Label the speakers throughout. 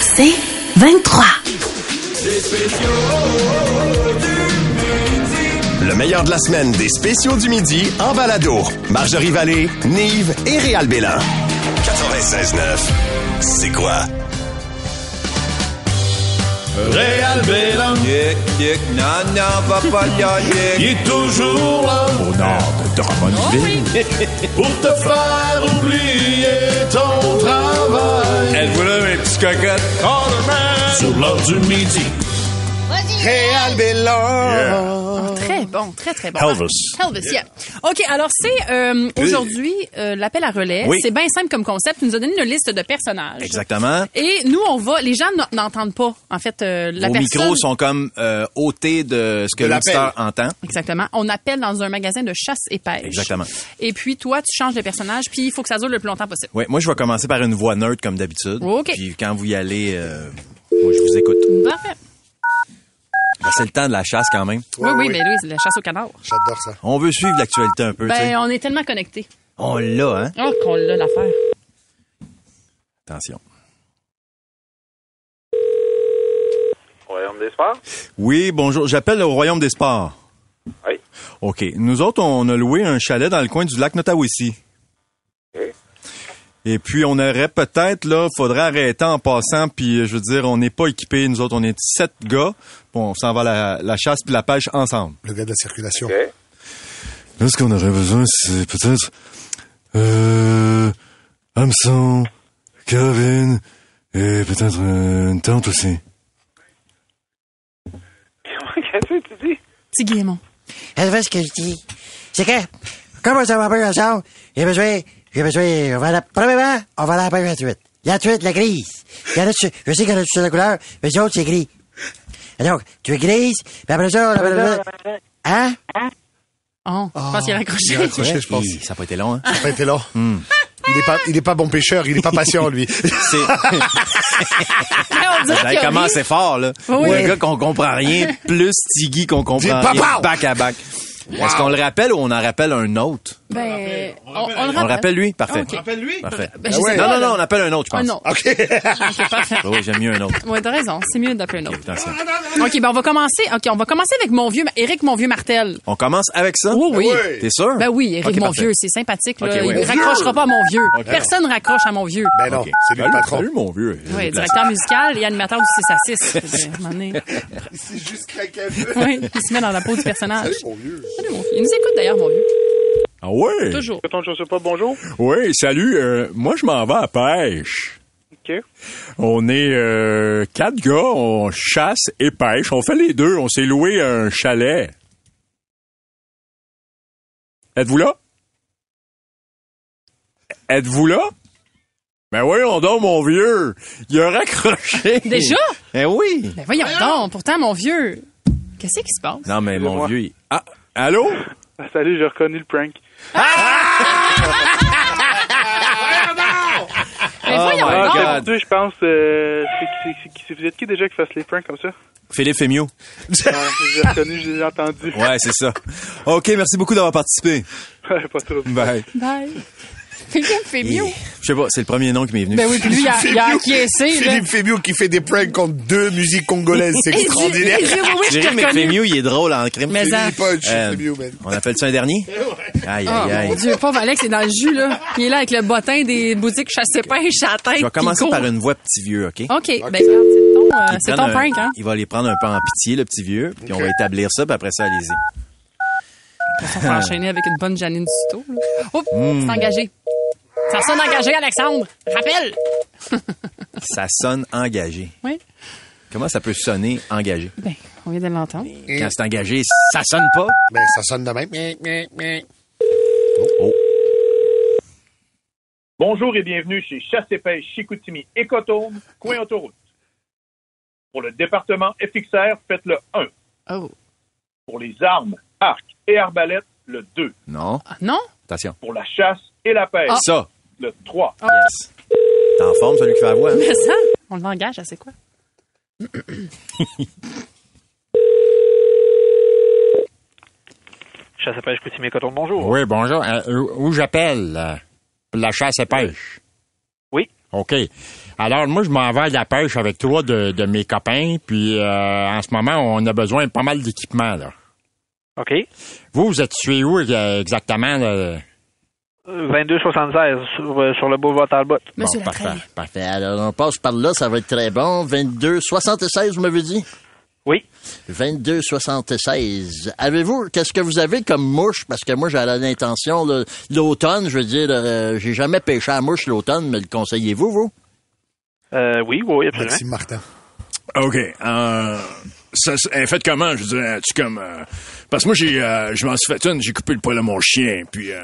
Speaker 1: C'est 23.
Speaker 2: Le meilleur de la semaine des spéciaux du midi en balado. Marjorie Vallée, Nive et Réal Bélan. 96.9, c'est quoi?
Speaker 3: Réal Bélan.
Speaker 4: Yik, yik, nan, nan, papa, ya,
Speaker 3: Il
Speaker 4: yik.
Speaker 3: est toujours là
Speaker 5: Au nord de Drummondville.
Speaker 6: Ah
Speaker 3: pour te faire oublier ton travail.
Speaker 4: Êtes-vous là, mes petites cocottes?
Speaker 3: Sur l'heure du midi.
Speaker 6: Ah, Très bon, très très bon.
Speaker 5: Elvis.
Speaker 6: Elvis, yeah. OK, alors c'est euh, aujourd'hui euh, l'appel à relais.
Speaker 5: Oui.
Speaker 6: C'est bien simple comme concept. Tu nous as donné une liste de personnages.
Speaker 4: Exactement.
Speaker 6: Et nous, on va. Les gens n- n'entendent pas, en fait, euh, la
Speaker 4: Vos
Speaker 6: personne.
Speaker 4: micros sont comme euh, ôtés de ce que l'auditeur entend.
Speaker 6: Exactement. On appelle dans un magasin de chasse et pêche.
Speaker 4: Exactement.
Speaker 6: Et puis, toi, tu changes de personnage, puis il faut que ça dure le plus longtemps possible.
Speaker 4: Ouais, moi, je vais commencer par une voix neutre, comme d'habitude.
Speaker 6: OK.
Speaker 4: Puis quand vous y allez, euh, moi, je vous écoute.
Speaker 6: Parfait.
Speaker 4: Ben, c'est le temps de la chasse, quand même.
Speaker 6: Oui, oui, mais oui, c'est la chasse au canard.
Speaker 7: J'adore ça.
Speaker 4: On veut suivre l'actualité un peu, tu sais.
Speaker 6: Ben, on est tellement connectés.
Speaker 4: On l'a, hein?
Speaker 6: Oh, qu'on l'a l'affaire.
Speaker 4: Attention.
Speaker 8: Royaume des Sports?
Speaker 4: Oui, bonjour. J'appelle au Royaume des Sports.
Speaker 8: Oui.
Speaker 4: OK. Nous autres, on a loué un chalet dans le coin du lac Notawissi.
Speaker 8: OK.
Speaker 4: Et puis, on aurait peut-être, là, faudrait arrêter en passant, puis euh, je veux dire, on n'est pas équipés. Nous autres, on est sept gars. Bon, on s'en va à la, la chasse puis la pêche ensemble.
Speaker 7: Le gars de la circulation.
Speaker 8: OK.
Speaker 4: Là, ce qu'on aurait besoin, c'est peut-être... Euh... Hameçon, carabine, et peut-être euh, une tente aussi.
Speaker 8: Qu'est-ce que tu dis?
Speaker 6: Petit Guillemont.
Speaker 9: Elle fait ce que je dis. C'est que, comme on s'en va pas ensemble, j'ai besoin, j'ai besoin, on va à la, premièrement, on va à la pêche à la truite. La truite, la grise. Il y en a, sur- je sais qu'il y en a sur la couleur, mais les autres, c'est gris. Et donc, tu es grise, puis après ça,
Speaker 10: Oh
Speaker 9: on
Speaker 8: Ah,
Speaker 9: appelle Hein?
Speaker 6: Oh, je pense qu'il a raccroché.
Speaker 7: Il a raccroché, je pense.
Speaker 4: Hi, Ça n'a pas été long, hein?
Speaker 7: Ça a pas été long.
Speaker 6: Hmm.
Speaker 7: Il est pas, il est pas bon pêcheur, il est pas patient, lui.
Speaker 4: C'est...
Speaker 6: on dirait qu'il
Speaker 4: Hey,
Speaker 6: a
Speaker 4: comment
Speaker 6: ri.
Speaker 4: c'est fort, là?
Speaker 6: Oui.
Speaker 4: Le gars qu'on comprend rien, plus Tiggy qu'on comprend
Speaker 7: Dis,
Speaker 4: rien,
Speaker 7: papa!
Speaker 4: back à back. Est-ce qu'on le rappelle ou on en rappelle un autre?
Speaker 6: Ben, on, on le
Speaker 4: On le rappelle lui? Parfait.
Speaker 6: Ok.
Speaker 4: lui? Parfait.
Speaker 6: Ben, je sais
Speaker 4: Non,
Speaker 6: pas,
Speaker 4: non,
Speaker 6: là.
Speaker 4: non, on appelle un autre, je
Speaker 6: Ah
Speaker 4: pense.
Speaker 6: non.
Speaker 7: OK.
Speaker 6: OK, parfait.
Speaker 4: Oui, j'aime mieux un autre.
Speaker 6: Ouais, t'as raison. C'est mieux d'appeler un autre.
Speaker 4: Attention.
Speaker 6: OK, ben, on va commencer. OK, on va commencer avec mon vieux, Eric, mon vieux Martel.
Speaker 4: On commence avec ça?
Speaker 6: Oh Oui, oui.
Speaker 4: T'es sûr?
Speaker 6: Ben oui, Eric,
Speaker 4: Ah. Ok,
Speaker 6: mon
Speaker 4: parfait.
Speaker 6: vieux, c'est sympathique, là.
Speaker 4: Ok, ouais.
Speaker 6: Il ne raccrochera pas à Ah, mon vieux. Personne raccroche à mon vieux.
Speaker 7: Ben non,
Speaker 4: Ok.
Speaker 7: c'est lui le
Speaker 4: Salut,
Speaker 7: patron.
Speaker 4: Salut, mon vieux.
Speaker 6: Oui, directeur musical et animateur du 6 à 6. Je veux dire, à un moment donné.
Speaker 7: C'est juste craquable.
Speaker 6: Oui, il se met dans la peau du personnage.
Speaker 7: Mon vieux.
Speaker 6: Salut, mon vieux. Il nous écoute d'ailleurs, mon vieux.
Speaker 4: Ah ouais?
Speaker 6: Toujours.
Speaker 8: Quand je sais pas, bonjour.
Speaker 4: Oui, salut. euh, moi, je m'en vais à pêche.
Speaker 8: OK.
Speaker 4: On est euh, quatre gars, on chasse et pêche. On fait les deux. On s'est loué un chalet. Êtes-vous là? Êtes-vous là? Ben oui, on dort, mon vieux. Il a raccroché.
Speaker 6: Déjà?
Speaker 7: Eh
Speaker 4: Ben oui.
Speaker 6: Ben voyons donc. Pourtant, mon vieux. Qu'est-ce qui se passe?
Speaker 4: Non, mais mon
Speaker 8: Excusez-moi.
Speaker 4: vieux. il- Ah, allô?
Speaker 8: Ah, salut, j'ai reconnu le prank.
Speaker 3: Ah
Speaker 10: Oh
Speaker 6: Ben voyons
Speaker 4: Oh my
Speaker 6: donc.
Speaker 4: God.
Speaker 8: Aujourd'hui, je pense, euh, c'est- c'est- c'est- c'est- vous êtes qui déjà qui fasse les pranks comme ça?
Speaker 4: Philippe Fémio.
Speaker 8: Ah, j'ai reconnu, je l'ai entendu.
Speaker 4: Ouais, c'est ça. OK, merci beaucoup d'avoir participé.
Speaker 8: pas trop.
Speaker 4: Bye.
Speaker 6: Bye. Philippe fait mieux.
Speaker 4: Je sais pas, c'est le premier nom qui m'est venu.
Speaker 6: Ben oui, puis lui, il a, il a acquiescé. là.
Speaker 7: Philippe Fébio qui fait des pranks contre deux musiques congolaises. C'est
Speaker 6: Et du-
Speaker 7: extraordinaire.
Speaker 6: et du- oui, je
Speaker 4: Jerry
Speaker 6: t'ai reconnu.
Speaker 4: McFémieux, il est drôle en crime.
Speaker 6: Mais
Speaker 7: Philly
Speaker 6: ça-
Speaker 7: Punch,
Speaker 4: Euh,
Speaker 7: Fébio, man.
Speaker 4: on appelle ça un dernier? Aïe,
Speaker 6: Oh
Speaker 4: aïe,
Speaker 6: mon
Speaker 4: aïe.
Speaker 6: Dieu, pauvre Alex est dans le jus, là. Il est là avec le bottin des boutiques chasse-pêche à la tête.
Speaker 4: Je vais
Speaker 6: puis
Speaker 4: commencer
Speaker 6: il
Speaker 4: par
Speaker 6: court.
Speaker 4: une voix petit vieux, OK?
Speaker 6: OK, ben regarde, c'est ton, euh,
Speaker 4: Il
Speaker 6: c'est ton
Speaker 4: prend un-
Speaker 6: prank, hein?
Speaker 4: Il va les prendre un peu en pitié, le petit vieux, puis on va établir ça, puis après ça, allez-y.
Speaker 6: On va enchaîner avec une bonne Janine Souto. là. Oups,
Speaker 4: Hmm.
Speaker 6: c'est engagé. Ça sonne engagé, Alexandre. Rappel!
Speaker 4: Ça sonne engagé.
Speaker 6: Oui.
Speaker 4: Comment ça peut sonner engagé?
Speaker 6: Ben, on vient de l'entendre.
Speaker 4: Quand c'est engagé, ça sonne pas?
Speaker 7: Ben, Oh, ça sonne de même.
Speaker 4: Oh.
Speaker 11: Bonjour et bienvenue chez Chasse et Pêche Chicoutimi Écotome, coin autoroute. Pour le département FXR, faites le 1. Pour les armes, arcs et arbalètes, le 2.
Speaker 10: Non.
Speaker 6: Non?
Speaker 10: Attention.
Speaker 11: Pour la chasse et la
Speaker 4: ben,
Speaker 11: pêche,
Speaker 10: Ah. Ça.
Speaker 11: le 3.
Speaker 10: T'es en forme, celui qui fait la voix. hein?
Speaker 6: Ah. Mais ça, on l'engage à c'est quoi?
Speaker 8: Chasse à pêche Coutimier Coton, bonjour.
Speaker 12: Oui, bonjour. Euh, où où j'appelle? euh, pour la chasse et pêche?
Speaker 8: Oui.
Speaker 12: OK. Alors, moi, je m'en vais à la pêche avec trois de, de mes copains, puis euh, en ce moment, on a besoin de pas mal d'équipement, là.
Speaker 8: OK.
Speaker 12: Vous, vous êtes situé où euh, exactement, là?
Speaker 8: 2276 sur, euh, sur le boulevard Talbot.
Speaker 12: Monsieur
Speaker 8: Bon,
Speaker 12: Latraie.
Speaker 8: parfait.
Speaker 10: Parfait. Alors, on passe par là, ça va être très bon. 22 76, vous m'avez dit?
Speaker 8: Oui.
Speaker 10: 22 76. Avez-vous, qu'est-ce que vous avez comme mouche? Parce que moi, j'avais l'intention, là, l'automne, je veux dire, euh, j'ai jamais pêché à mouche l'automne, mais le conseillez-vous, vous?
Speaker 8: Euh, oui, oui, oui, absolument.
Speaker 7: Maxime Martin.
Speaker 13: OK. Euh, ça, ça- elle fait comment? Je dirais, tu comme. euh, parce que moi, j'ai, euh, je m'en suis fait une, j'ai coupé le poil à mon chien, puis. euh,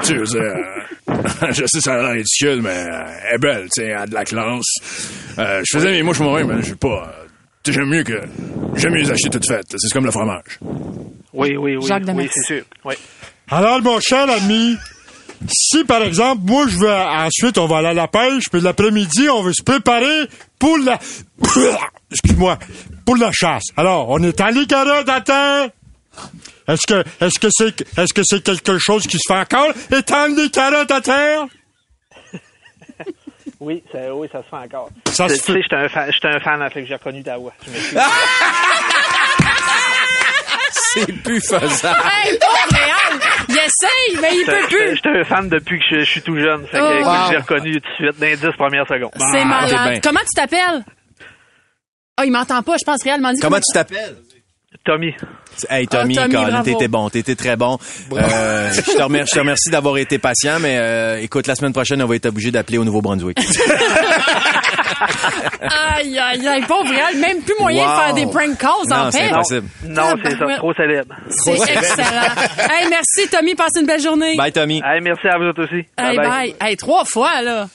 Speaker 13: tu sais, je veux dire, euh, je sais, ça a l'air ridicule, mais euh, elle est belle, tu sais, elle a de la classe. Euh, je faisais mes mouches moi-même, mais je pas. euh, tu sais, j'aime mieux que. J'aime mieux les acheter toutes faites. C'est comme le fromage.
Speaker 8: Oui, oui, oui.
Speaker 13: Jacques
Speaker 8: oui,
Speaker 13: Demers.
Speaker 8: c'est sûr. Oui.
Speaker 12: Alors, mon cher ami, si par exemple, moi, je veux. Ensuite, on va aller à la pêche, puis l'après-midi, on veut se préparer pour la. Excuse-moi. Pour la chasse. Alors, on est allé, carotte, à terre. Est-ce que, est-ce que c'est, est-ce que c'est quelque chose qui se fait encore? Étendre les carottes à terre?
Speaker 8: Oui, ça, Eh oui, ça se fait encore.
Speaker 12: Ça
Speaker 8: Tu-
Speaker 12: se
Speaker 8: tu sais,
Speaker 12: fait.
Speaker 8: j'étais un fan, j'étais un fan, fait que j'ai reconnu ta voix. Je m'excuse.
Speaker 10: C'est plus faisable.
Speaker 6: Hey, pauvre Réal! Il essaye, mais Ben, il
Speaker 8: J'étais-
Speaker 6: peut
Speaker 8: J'étais
Speaker 6: plus!
Speaker 8: j'étais un fan depuis que je, je suis tout jeune. Fait que,
Speaker 6: Oh.
Speaker 8: écoute,
Speaker 6: Wow.
Speaker 8: j'ai reconnu tout de suite dans les 10 premières secondes.
Speaker 4: Ah,
Speaker 10: Ah,
Speaker 6: C'est malade. Comment tu t'appelles? Ah, il m'entend pas, je pense. Réal m'a dit.
Speaker 10: Comment tu t'appelles?
Speaker 8: Tommy.
Speaker 10: Hey,
Speaker 6: Ah,
Speaker 10: Tommy,
Speaker 6: Tommy,
Speaker 10: Colin,
Speaker 6: bravo.
Speaker 10: t'étais bon, t'étais très bon. Euh, je, te remercie, je te remercie d'avoir été patient, mais euh, écoute, la semaine prochaine, on va être obligé d'appeler au Nouveau-Brunswick.
Speaker 6: Aïe, aïe, aïe, pauvre Réal, même plus moyen de
Speaker 10: Wow.
Speaker 6: faire des prank calls en
Speaker 10: Non, c'est
Speaker 6: paix.
Speaker 10: impossible.
Speaker 8: Non, c'est ça. Trop célèbre.
Speaker 6: C'est excellent. hey, merci, Tommy. Passe une belle journée.
Speaker 10: Bye, Tommy.
Speaker 8: Hey, merci à vous autres aussi.
Speaker 6: Hey, bye. Hey, trois fois, là.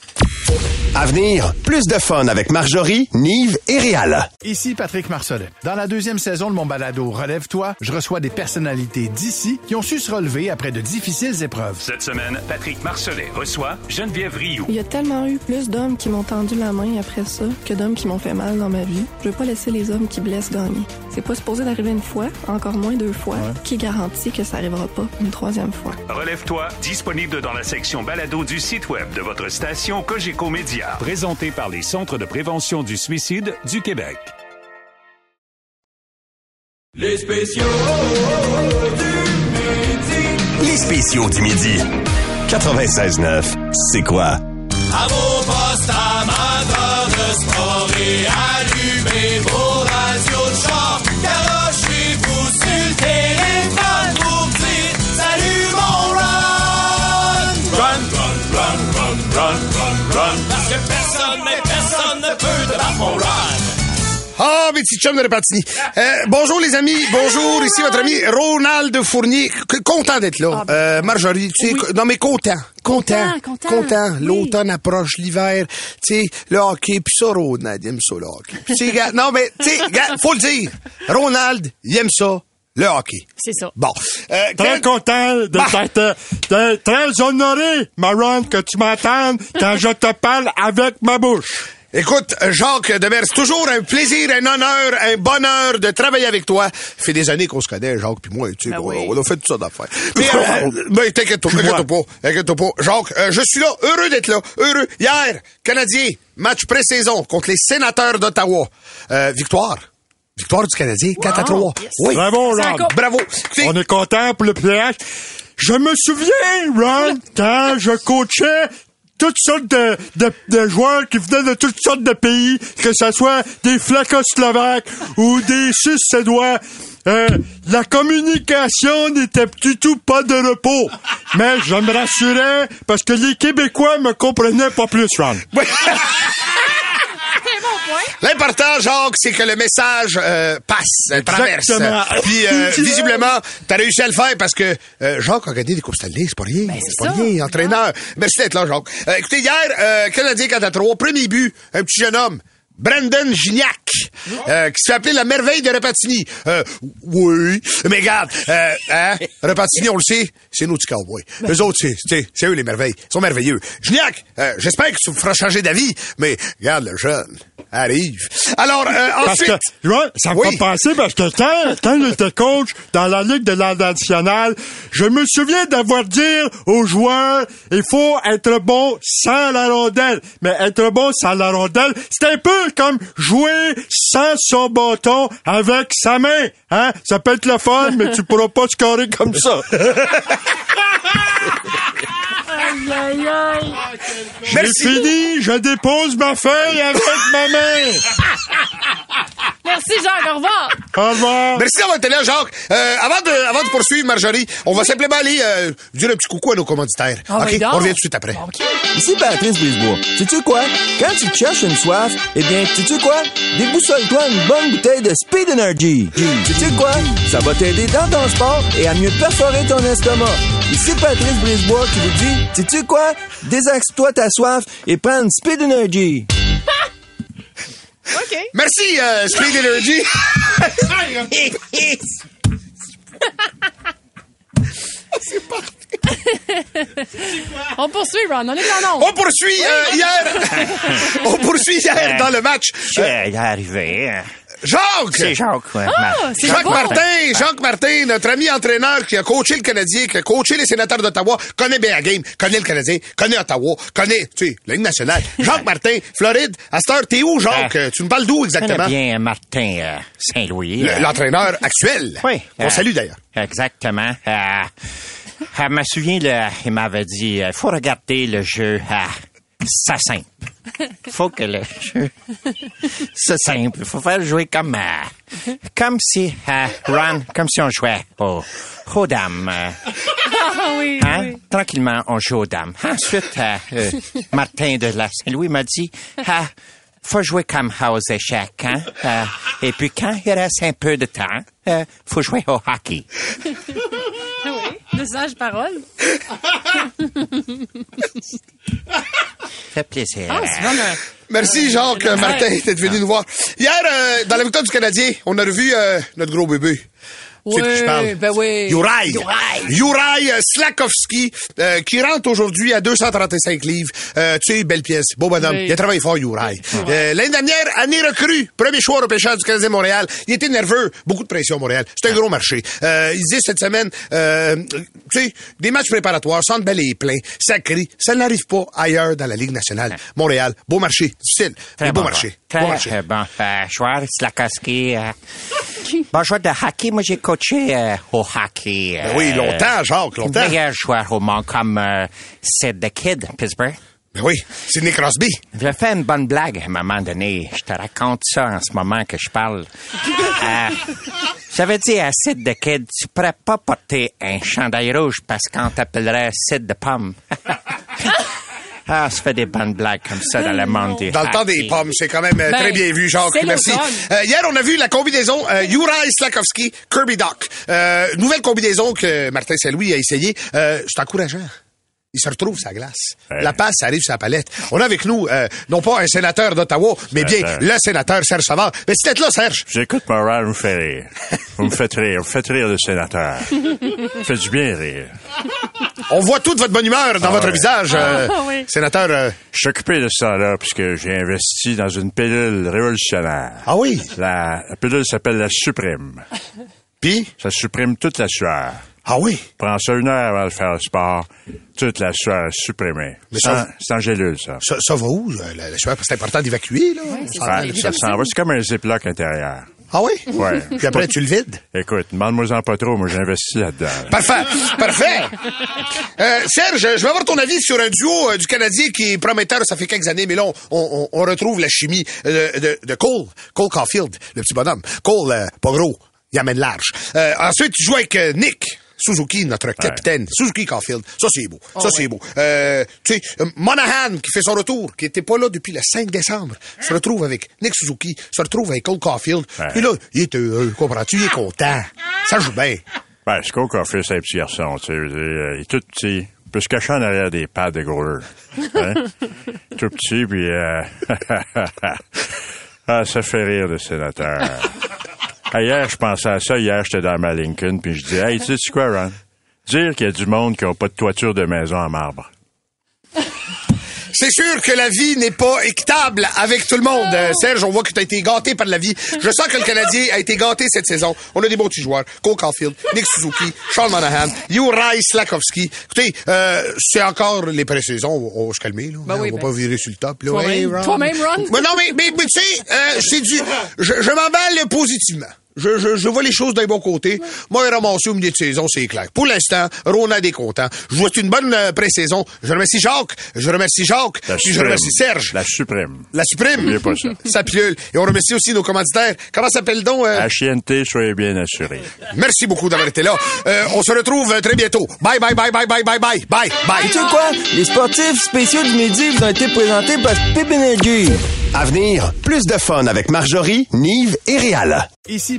Speaker 2: À venir, plus de fun avec Marjorie, Nive et Réal.
Speaker 14: Ici Patrick Marcelet. Dans la deuxième saison de mon balado Relève-toi, je reçois des personnalités d'ici qui ont su se relever après de difficiles épreuves.
Speaker 15: Cette semaine, Patrick Marcelet reçoit Geneviève Rioux.
Speaker 16: Il y a tellement eu plus d'hommes qui m'ont tendu la main après ça que d'hommes qui m'ont fait mal dans ma vie. Je veux pas laisser les hommes qui blessent gagner. C'est pas supposé d'arriver une fois, encore moins deux fois. Qui garantit que ça arrivera pas une troisième fois?
Speaker 15: Relève-toi, disponible dans la section balado du site web de votre station Cogeco Média. Présenté par les Centres de prévention du suicide du Québec.
Speaker 17: Les spéciaux.
Speaker 2: Les spéciaux du midi. 96.9, c'est quoi?
Speaker 3: À vos postes amateurs de sport et allumez vos radios de char. Garochez-vous sur le téléphone pour dire Salut mon run! Run, run, run, run, run, run, run. Parce que personne, mais personne ne peut te battre mon run.
Speaker 7: Ah, mes petits chums de Repentigny. Euh, bonjour, les amis. Bonjour. Ici, votre ami Ronald Fournier. C- Content d'être
Speaker 6: Ah,
Speaker 7: là.
Speaker 6: ben.
Speaker 7: Euh, Marjorie, tu sais, co- non, mais content. Content. Content. L'automne approche, l'hiver. Tu sais, le hockey, puis ça, Ronald, il aime ça, le hockey. Puis, tu sais, gars, non, mais, tu sais, gars, faut le dire. Ronald, il aime ça, le hockey.
Speaker 6: C'est ça.
Speaker 7: Bon. Euh,
Speaker 12: Très content de
Speaker 8: Bah!
Speaker 12: t'être- de- très honoré, Maron, que tu m'entendes quand je te parle avec ma bouche.
Speaker 7: Écoute, Jacques Demers, toujours un plaisir, un honneur, un bonheur de travailler avec toi. Ça fait des années qu'on se connaît, Jacques, puis moi, tu sais,
Speaker 6: Ben
Speaker 7: on, on a fait tout ça d'affaires. Mais euh, ben, t'inquiète pas, t'inquiète pas, t'inquiète pas. Jacques, euh, je suis là, heureux d'être là, heureux. Hier, Canadien, match pré-saison contre les sénateurs d'Ottawa. Euh, victoire. Victoire du Canadien, 4 à 3. Oui.
Speaker 12: Bravo, Ron.
Speaker 7: Bravo.
Speaker 12: On est content pour le PH. Je me souviens, Ron, quand je coachais toutes sortes de, de, de joueurs qui venaient de toutes sortes de pays, que ce soit des flacoslovaques ou des suédois. Euh, la communication n'était du tout pas de repos. Mais je me rassurais parce que les Québécois me comprenaient pas plus, Ron.
Speaker 6: C'est bon,
Speaker 7: L'important, Jacques, c'est que le message euh, passe, euh, traverse.
Speaker 3: Exactement.
Speaker 7: Puis, euh,
Speaker 3: C'est ça.
Speaker 7: visiblement, t'as réussi à le faire parce que euh, Jacques a gagné des Coupes Stanley, c'est pas rien. c'est pas
Speaker 3: ça.
Speaker 7: rien, entraîneur. Merci d'être là, Jacques. Euh, écoutez, hier, euh, Canadien 4 à 3, premier but, un petit jeune homme. Brandon Gignac, euh, qui se fait appeler la merveille de Repatini. Euh, oui, mais regarde, euh, hein, Repatini, on le sait, c'est nos petits cowboys. Eux autres, c'est- c'est c'est eux les merveilles. Ils sont merveilleux. Gignac, euh, j'espère que tu me feras changer d'avis, mais regarde le jeune. Arrive. Alors, euh,
Speaker 12: Parce
Speaker 7: ensuite...
Speaker 12: que, tu vois, ça me
Speaker 7: Oui.
Speaker 12: fait penser parce que quand, quand j'étais coach dans la Ligue de la nationale, je me souviens d'avoir dit aux joueurs, il faut être bon sans la rondelle. Mais être bon sans la rondelle, c'est un peu comme jouer sans son bâton avec sa main. Hein? Ça peut être le fun, mais tu pourras pas scorer comme ça. J'ai fini, je dépose ma feuille avec ma main.
Speaker 6: Merci, Jacques. Au revoir.
Speaker 12: Au revoir.
Speaker 7: Merci d'avoir été là, Jacques. Euh, avant, de, avant de poursuivre, Marjorie, on va simplement aller euh, dire un petit coucou à nos commanditaires.
Speaker 18: Ah,
Speaker 7: OK?
Speaker 18: ben donc.
Speaker 7: On revient tout de suite après.
Speaker 18: Ici Patrice Brisebois. Sais-tu quoi? Quand tu te cherches une soif, eh bien, sais-tu quoi? Déboussole-toi une bonne bouteille de Speed Energy. Sais-tu quoi? Ça va t'aider dans ton sport et à mieux perforer ton estomac. Ici Patrice Brisebois qui vous dit, sais-tu quoi? Désaxe-toi ta soif et prends une Speed Energy.
Speaker 7: OK. Merci, euh, Speed Energy.
Speaker 6: On poursuit, Ron. On est dans l'ombre.
Speaker 7: On poursuit euh, hier. on poursuit hier dans le match. Euh,
Speaker 19: C'est arrivé. hein.
Speaker 7: Jacques!
Speaker 19: C'est Jacques, ouais,
Speaker 7: Ah,
Speaker 19: Mar-
Speaker 7: c'est
Speaker 19: Jacques
Speaker 7: Jacques
Speaker 19: Martin.
Speaker 7: Martin! Jacques Martin, notre ami entraîneur qui a coaché le Canadien, qui a coaché les sénateurs d'Ottawa, connaît bien la game, connaît le Canadien, connaît Ottawa, connaît, tu sais, la Ligue nationale. Jacques Martin, Floride, à cette heure, t'es où, Jacques? Euh, tu me parles d'où exactement?
Speaker 19: Ah. Connais bien Martin euh, Saint-Louis.
Speaker 7: Le-
Speaker 19: euh,
Speaker 7: L'entraîneur actuel.
Speaker 19: Oui.
Speaker 7: On
Speaker 19: euh,
Speaker 7: salue d'ailleurs.
Speaker 19: Exactement. Euh, je me souviens, là, il m'avait dit, il faut regarder le jeu à ça simple. faut que le jeu soit simple. faut faire jouer comme euh, comme si euh, Ron, comme si on jouait au- aux dames. euh,
Speaker 6: Ah oui,
Speaker 19: Hein?
Speaker 6: oui.
Speaker 19: Tranquillement, on joue aux dames. Ensuite, euh, euh, Martin de la Saint-Louis m'a dit, Ah, faut jouer comme aux échecs. Hein? Euh, et puis, quand il reste un peu de temps, euh, faut jouer au hockey.
Speaker 6: oui. De sages paroles.
Speaker 19: Fait plaisir.
Speaker 6: Ah,
Speaker 19: Ah.
Speaker 7: Merci, Jacques euh, Martin, d'être venu nous voir. Hier, euh, dans la victoire du Canadien, on a revu euh, notre gros bébé. Tu sais de qui je parle?
Speaker 6: Oui, ben oui.
Speaker 7: Juraj.
Speaker 6: Juraj.
Speaker 7: Juraj euh, Slakowski, euh, qui rentre aujourd'hui à 235 livres. Euh, tu sais, belle pièce, beau bonhomme.
Speaker 13: Oui.
Speaker 7: Il a travaillé fort, Juraj. Euh, L'année dernière, année recrue, premier choix repêchage du Canadien Montréal. Il était nerveux, beaucoup de pression à Montréal. C'est un gros marché. Euh, il dit cette semaine, euh, tu sais, des matchs préparatoires, Centre Bell est plein, ça crie, ça n'arrive pas ailleurs dans la Ligue nationale. Montréal, beau marché, difficile, mais beau
Speaker 19: joueur.
Speaker 7: marché.
Speaker 19: Très
Speaker 7: Beau marché.
Speaker 19: euh, bon euh, joueur, Slakowski. Euh, bon joueur de hockey. Moi, j'ai coaché euh, au hockey. euh,
Speaker 7: Ben oui, longtemps, Jacques, longtemps.
Speaker 19: Meilleur joueur au monde, comme euh, Sid the Kid, Pittsburgh.
Speaker 7: Ben oui, Sidney Crosby.
Speaker 19: Je fais une bonne blague à un moment donné. Je te raconte ça en ce moment que je parle. Euh, J'avais dit à Sid the Kid, tu pourrais pas porter un chandail rouge parce qu'on t'appellerait Sid de Pomme. ah, je fais des bonnes blagues comme ça dans le monde du
Speaker 7: Dans le temps des
Speaker 19: hockey.
Speaker 7: pommes, c'est quand même euh,
Speaker 19: Ben,
Speaker 7: très bien vu, Jacques.
Speaker 19: c'est
Speaker 7: Merci.
Speaker 19: l'automne.
Speaker 7: Euh, hier, on a vu la combinaison euh, Uri Slakowski, Kirby Doc. Euh, nouvelle combinaison que Martin Saint-Louis a essayée. Euh, c'est encourageant. Il se retrouve sa glace. La passe arrive sur la palette. On a avec nous, euh, non pas un sénateur d'Ottawa, mais bien
Speaker 5: Sénateur.
Speaker 7: le sénateur Serge Savard. Mais c'est là, Serge.
Speaker 5: J'écoute mon rare, vous me faites rire. Vous me faites rire, vous me faites rire le sénateur. Vous faites du bien rire.
Speaker 7: On voit toute votre bonne humeur dans votre visage, euh, sénateur.
Speaker 5: Ah Je suis occupé de ça, là, puisque j'ai investi dans une pilule révolutionnaire.
Speaker 7: Ah oui?
Speaker 5: La, la pilule s'appelle la Suprême.
Speaker 7: Puis?
Speaker 5: Ça supprime toute la sueur.
Speaker 7: Ah oui?
Speaker 5: Prends ça une heure avant de faire le sport. Toute la sueur est supprimée.
Speaker 7: Mais
Speaker 5: Sans-
Speaker 7: ça-
Speaker 5: C'est en gélule, ça.
Speaker 7: Ça, ça va où, euh, la, la sueur? Parce que c'est important d'évacuer, là.
Speaker 5: Ouais, ça s'en va. C'est comme un ziploc intérieur.
Speaker 7: Ah oui?
Speaker 5: Ouais.
Speaker 7: Puis après, tu le vides?
Speaker 5: Écoute, demande-moi-en pas trop. Moi, j'investis là-dedans.
Speaker 7: Parfait, parfait. Euh, Serge, je veux avoir ton avis sur un duo euh, du Canadien qui est prometteur, ça fait quelques années, mais là, on, on- on retrouve la chimie euh, de, de, de Cole, Cole Caulfield, le petit bonhomme. Cole, euh, pas gros, il amène large. Euh, ensuite, tu joues avec euh, Nick. Suzuki, notre capitaine. Suzuki Caulfield. Ça, c'est beau.
Speaker 20: Oh,
Speaker 7: ça,
Speaker 20: ouais.
Speaker 7: c'est beau. Euh, tu sais, euh, Monahan, qui fait son retour, qui était pas là depuis le 5 décembre,
Speaker 20: Hein?
Speaker 7: se retrouve avec Nick Suzuki, se retrouve avec Cole Caulfield. Puis là, il est heureux, comprends-tu? Il est content.
Speaker 20: Ah,
Speaker 7: Ça joue bien.
Speaker 5: Ben, c'est qu'on a fait, c'est un petit garçon, tu sais. je veux dire, euh, Il est tout petit. Il peut se cacher en arrière des pattes de greur. Hein?
Speaker 12: Eh.
Speaker 5: tout petit, puis... euh, ah, ça fait rire, le sénateur. Ah, Hier, je pensais à ça. Hier, j'étais dans ma Lincoln, puis je dis, « Hey, tu sais quoi, Ron? Dire qu'il y a du monde qui n'a pas de toiture de maison en marbre.
Speaker 7: C'est sûr que la vie n'est pas équitable avec tout le monde. Euh, Serge, on voit que tu as été gâté par la vie. Je sens que le Canadien a été gâté cette saison. On a des bons petits joueurs. Cole Caulfield, Nick Suzuki, Sean Monahan, Uri Slakowski. Écoutez, euh, c'est encore les pré-saisons. On, on va se calmer. Là,
Speaker 3: Ben
Speaker 7: Hein,
Speaker 3: oui,
Speaker 7: on va
Speaker 3: ben-
Speaker 7: pas virer sur le top. là.
Speaker 3: Toi-même,
Speaker 7: Hey, Ron.
Speaker 3: toi-même, Ron.
Speaker 7: Mais non, mais, mais, mais tu sais, euh, c'est du... Je, je m'emballe positivement. Je, je, je vois les choses d'un bon côté. Moi, ramasser au milieu de saison, c'est clair. Pour l'instant, Ronald est content. Je vois une bonne euh, pré-saison. Je remercie Jacques. Je remercie Jacques.
Speaker 5: La
Speaker 7: Puis je remercie Serge.
Speaker 5: La suprême.
Speaker 7: La suprême.
Speaker 5: Oubliez pas ça.
Speaker 7: Ça piole. Et on remercie aussi nos commanditaires. Comment s'appelle donc? euh,
Speaker 5: HNT, soyez bien assurés.
Speaker 7: Merci beaucoup d'avoir été là. Euh, on se retrouve euh, très bientôt. Bye, bye, bye, bye, bye, bye, bye, bye, bye.
Speaker 18: Tu sais quoi? Les sportifs spéciaux du midi vous ont été présentés par Pip Energy.
Speaker 2: À venir, plus de fun avec Marjorie, Nive et Réal.
Speaker 14: Ici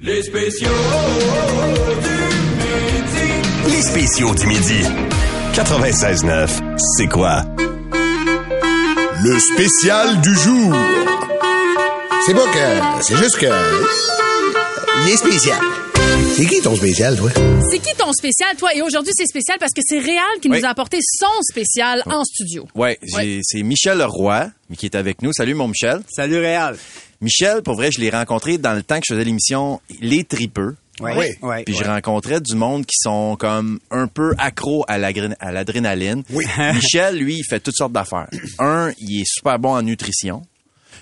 Speaker 3: Les spéciaux
Speaker 2: Les spéciaux du midi. 96.9, c'est quoi?
Speaker 7: Le spécial du jour. C'est pas que... C'est juste que... Il est spécial. C'est qui ton spécial, toi?
Speaker 6: C'est qui ton spécial, toi? Et aujourd'hui, c'est spécial parce que c'est Réal qui
Speaker 4: Oui.
Speaker 6: nous a apporté son spécial en studio.
Speaker 4: Ouais, j'ai- c'est Michel Leroy qui est avec nous. Salut, mon Michel. Salut, Réal. Michel, pour vrai, je l'ai rencontré dans le temps que je faisais l'émission Les Tripeux.
Speaker 21: Ouais, Oui. ouais,
Speaker 4: Puis je
Speaker 21: ouais.
Speaker 4: rencontrais du monde qui sont comme un peu accro à l'agré- à l'adrénaline. Oui. Michel, lui, il fait toutes sortes d'affaires. Un, il est super bon en nutrition.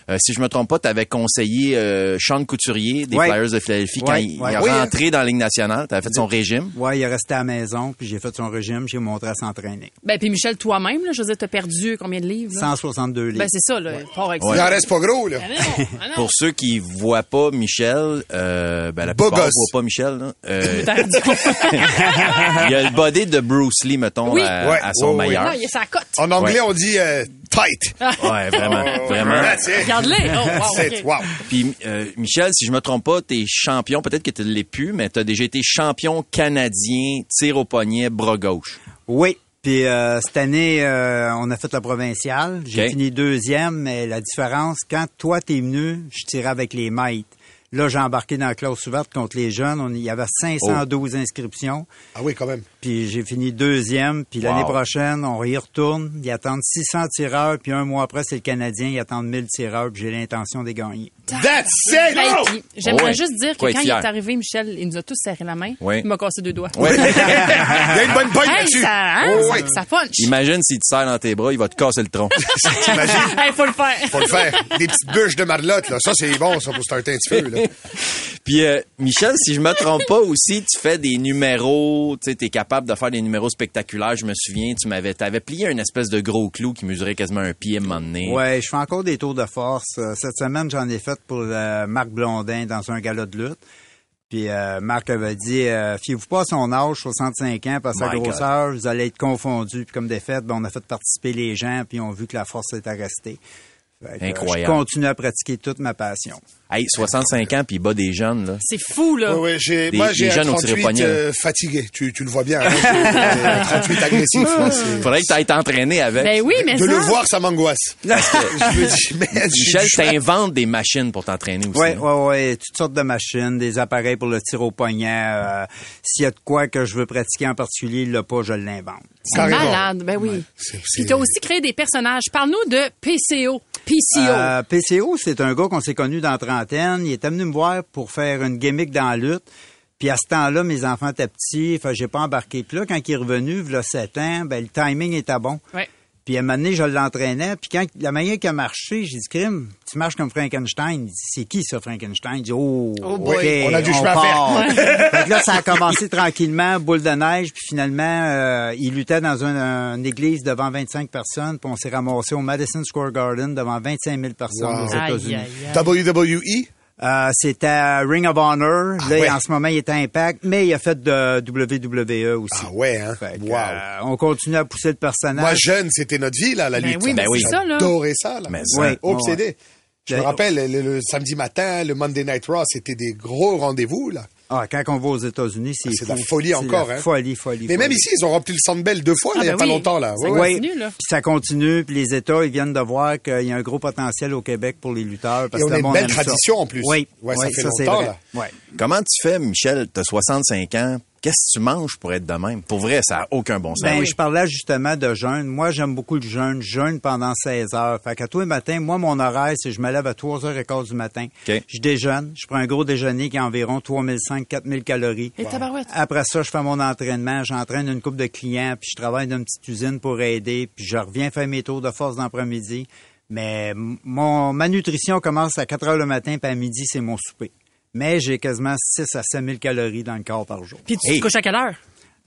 Speaker 4: Euh, si je me trompe pas, tu avais conseillé euh, Sean Couturier des
Speaker 21: Ouais.
Speaker 4: Flyers de Philadelphie quand
Speaker 21: Ouais,
Speaker 4: il,
Speaker 21: ouais.
Speaker 4: il est
Speaker 21: Oui, hein.
Speaker 4: rentré dans la Ligue nationale. Tu fait son régime.
Speaker 21: Ouais, il est resté à la maison, puis j'ai fait son régime, j'ai montré à s'entraîner.
Speaker 6: Ben, puis Michel, toi-même, là, je veux dire, t'as perdu combien de livres? là?
Speaker 21: 162 livres.
Speaker 6: Ben, c'est ça, là. Pas avec Ben,
Speaker 4: Ouais.
Speaker 6: ça.
Speaker 4: Il en reste pas
Speaker 7: gros, là.
Speaker 6: ah
Speaker 4: Pour ceux qui voient pas Michel, euh, ben la
Speaker 21: Beau
Speaker 4: plupart
Speaker 21: gosse.
Speaker 4: voient pas Michel. là. Euh,
Speaker 3: Il
Speaker 4: il y a le body de Bruce Lee, mettons,
Speaker 6: Oui.
Speaker 4: à,
Speaker 6: Ouais,
Speaker 4: Euh, à son
Speaker 7: ouais, ouais.
Speaker 4: meilleur.
Speaker 6: Non, il est sa cote.
Speaker 7: En anglais,
Speaker 4: Ouais.
Speaker 7: on dit euh, tight.
Speaker 4: Ouais, vraiment, vraiment.
Speaker 7: That's it.
Speaker 6: Regarde-les. Oh, wow,
Speaker 7: That's it.
Speaker 6: ok.
Speaker 7: Wow.
Speaker 4: Puis euh, Michel, si je me trompe pas, t'es champion, peut-être que tu l'es plus, mais t'as déjà été champion canadien, tir au poignet, bras gauche.
Speaker 21: Oui. Puis euh, cette année, euh, on a fait la provinciale. J'ai
Speaker 4: OK.
Speaker 21: fini deuxième, mais la différence, quand toi t'es venu, je tirais avec les maîtres. Là, j'ai embarqué dans la classe ouverte contre les jeunes. On, il y avait 512 inscriptions.
Speaker 7: Ah oui, quand même.
Speaker 21: Puis j'ai fini deuxième. Puis l'année
Speaker 7: Wow.
Speaker 21: prochaine, on y retourne. Ils attendent 600 tireurs. Puis un mois après, c'est le Canadien. Ils attendent 1000 tireurs. Puis j'ai l'intention de les gagner.
Speaker 7: That's it!
Speaker 6: Ben,
Speaker 21: Oh!
Speaker 6: puis J'aimerais
Speaker 21: Ouais.
Speaker 6: juste dire que
Speaker 21: Faut être
Speaker 6: quand il
Speaker 21: fier.
Speaker 6: est arrivé, Michel, il nous a tous serré la main.
Speaker 4: Ouais.
Speaker 6: Il m'a cassé deux doigts.
Speaker 4: Ouais. Il y
Speaker 7: a une bonne pointe
Speaker 6: Hey,
Speaker 4: là-dessus.
Speaker 6: Ça, hein,
Speaker 4: Oh,
Speaker 6: ça-
Speaker 4: ouais.
Speaker 6: ça punch.
Speaker 4: Imagine s'il te serre dans tes bras, il va te casser le tronc.
Speaker 6: Hey, faut le faire.
Speaker 7: Faut le faire. Des petites bûches de marlotte, là. Ça, c'est bon, ça, pour starter un petit peu, là.
Speaker 4: Puis euh, Michel, si je me trompe pas aussi, tu fais des numéros, tu sais, t'es capable de faire des numéros spectaculaires. Je me souviens, tu m'avais, t'avais plié une espèce de gros clou qui mesurait quasiment un pied à un moment donné.
Speaker 21: Ouais, je fais encore des tours de force. Euh, Cette semaine, j'en ai fait pour euh, Marc Blondin dans un galop de lutte. Puis euh, Marc avait dit, euh, fiez-vous pas à son âge, 65 ans, par sa
Speaker 4: My God.
Speaker 21: grosseur, vous allez être confondus. Puis comme des fêtes, ben, on a fait participer les gens, puis on a vu que la force est arrêtée. Fait que, euh,
Speaker 4: Incroyable.
Speaker 21: Je continue à pratiquer toute ma passion.
Speaker 4: Hey, 65 ans puis bas des jeunes là.
Speaker 6: C'est fou, là.
Speaker 7: Ouais, ouais, j'ai,
Speaker 4: Des-
Speaker 7: moi,
Speaker 4: des
Speaker 7: j'ai un
Speaker 4: jeunes au tir au
Speaker 7: 38
Speaker 4: poignet, là.
Speaker 7: euh, fatigué. Tu, tu le vois bien. hein, j'ai, euh, 38 agressif. là, c'est-
Speaker 4: Faudrait que t'ailles t'entraîner avec.
Speaker 6: Ben oui, mais
Speaker 7: De
Speaker 6: ça-
Speaker 7: le voir, ça m'angoisse.
Speaker 4: Parce que-
Speaker 7: Je me dis, man, j'ai
Speaker 4: Michel,
Speaker 7: du chemin.
Speaker 4: t'inventes des machines pour t'entraîner aussi. hein.
Speaker 21: Oui,
Speaker 4: là.
Speaker 21: oui, oui. Toutes sortes de machines, des appareils pour le tir au poignet. euh, S'il y a de quoi que je veux pratiquer en particulier, là pas, je l'invente.
Speaker 6: C'est malade. Ben oui. Puis t'as aussi créé des personnages. Parle-nous de PCO. PCO.
Speaker 21: Euh, PCO, c'est un gars qu'on s'est connu dans la trentaine. Il est venu me voir pour faire une gimmick dans la lutte. Puis à ce temps-là, mes enfants étaient petits, fait que j'ai pas embarqué. Puis là, quand il est revenu, il a 7 ans, ben, le timing était bon.
Speaker 6: Ouais.
Speaker 21: Puis à un moment donné, je l'entraînais. Puis quand la manière qu'il a marché, j'ai dit, Crime, tu marches comme Frankenstein. Il dit, C'est qui ça, Frankenstein? Il dit, Oh,
Speaker 7: Oh boy.
Speaker 21: OK,
Speaker 7: On a du chemin à
Speaker 21: part.
Speaker 7: faire.
Speaker 21: Fait que là, ça a commencé tranquillement, boule de neige. Puis finalement, euh, il luttait dans une, une église devant 25 personnes. Puis on s'est ramassé au Madison Square Garden devant 25 000 personnes
Speaker 7: Wow.
Speaker 21: aux
Speaker 7: Aïe,
Speaker 21: États-Unis.
Speaker 7: aïe, aïe.
Speaker 21: WWE? c'était à Ring of Honor. Là,
Speaker 7: Ah ouais.
Speaker 21: en ce moment, il est à Impact, mais il a fait de WWE aussi. Ah ouais, hein? on continue à pousser le personnage.
Speaker 7: Moi, jeune, c'était notre vie, là, la
Speaker 21: Ben
Speaker 7: lutte.
Speaker 21: oui, mais Ben c'est oui. ça, là.
Speaker 7: J'adorais ça, là.
Speaker 21: Mais ça. Oui.
Speaker 7: hein. Obsédé.
Speaker 21: Ouais.
Speaker 7: Je me
Speaker 21: Ben,
Speaker 7: rappelle, le, le samedi matin, le Monday Night Raw, c'était des gros rendez-vous, là. Ah,
Speaker 21: Ah, quand on va aux États-Unis, c'est
Speaker 7: C'est de la
Speaker 21: fou.
Speaker 7: folie
Speaker 21: C'est
Speaker 7: encore,
Speaker 21: la
Speaker 7: hein.
Speaker 21: Folie, folie.
Speaker 7: Mais même
Speaker 21: folie.
Speaker 7: ici, ils ont rempli le Sandbell deux fois, là, il y a pas longtemps, là. Ouais,
Speaker 21: Oui,
Speaker 7: ouais.
Speaker 21: Puis ça continue, puis les États, ils viennent de voir qu'il y a un gros potentiel au Québec pour les lutteurs. Parce
Speaker 7: Et on
Speaker 21: que
Speaker 7: a
Speaker 21: le
Speaker 7: une
Speaker 21: monde
Speaker 7: belle
Speaker 21: aime ça.
Speaker 7: tradition, en plus.
Speaker 21: Oui,
Speaker 7: Ouais, ça
Speaker 21: oui,
Speaker 7: fait
Speaker 21: c'est
Speaker 7: longtemps,
Speaker 21: vrai.
Speaker 7: là.
Speaker 21: Ouais.
Speaker 4: Comment tu fais, Michel, t'as 65 ans, qu'est-ce que tu manges pour être de même? Pour vrai, ça n'a aucun bon sens.
Speaker 21: Ben, je parlais justement de jeûne. Moi, j'aime beaucoup le jeûne. Je jeûne pendant 16 heures. Fait qu'à tous les matins, moi, mon horaire, c'est je me lève à 3h15 du matin.
Speaker 4: OK.
Speaker 21: Je déjeune. Je prends un gros déjeuner qui est environ 3500-4000 calories.
Speaker 6: Et tabarouette.
Speaker 21: Après ça, je fais mon entraînement. J'entraîne une coupe de clients, puis je travaille dans une petite usine pour aider. Puis je reviens faire mes tours de force dans l'après-midi. Mais m- mon, ma nutrition commence à 4 heures le matin, puis à midi, c'est mon souper. Mais j'ai quasiment 6 à 5000 calories dans le corps par jour.
Speaker 6: Puis tu te couches à quelle heure?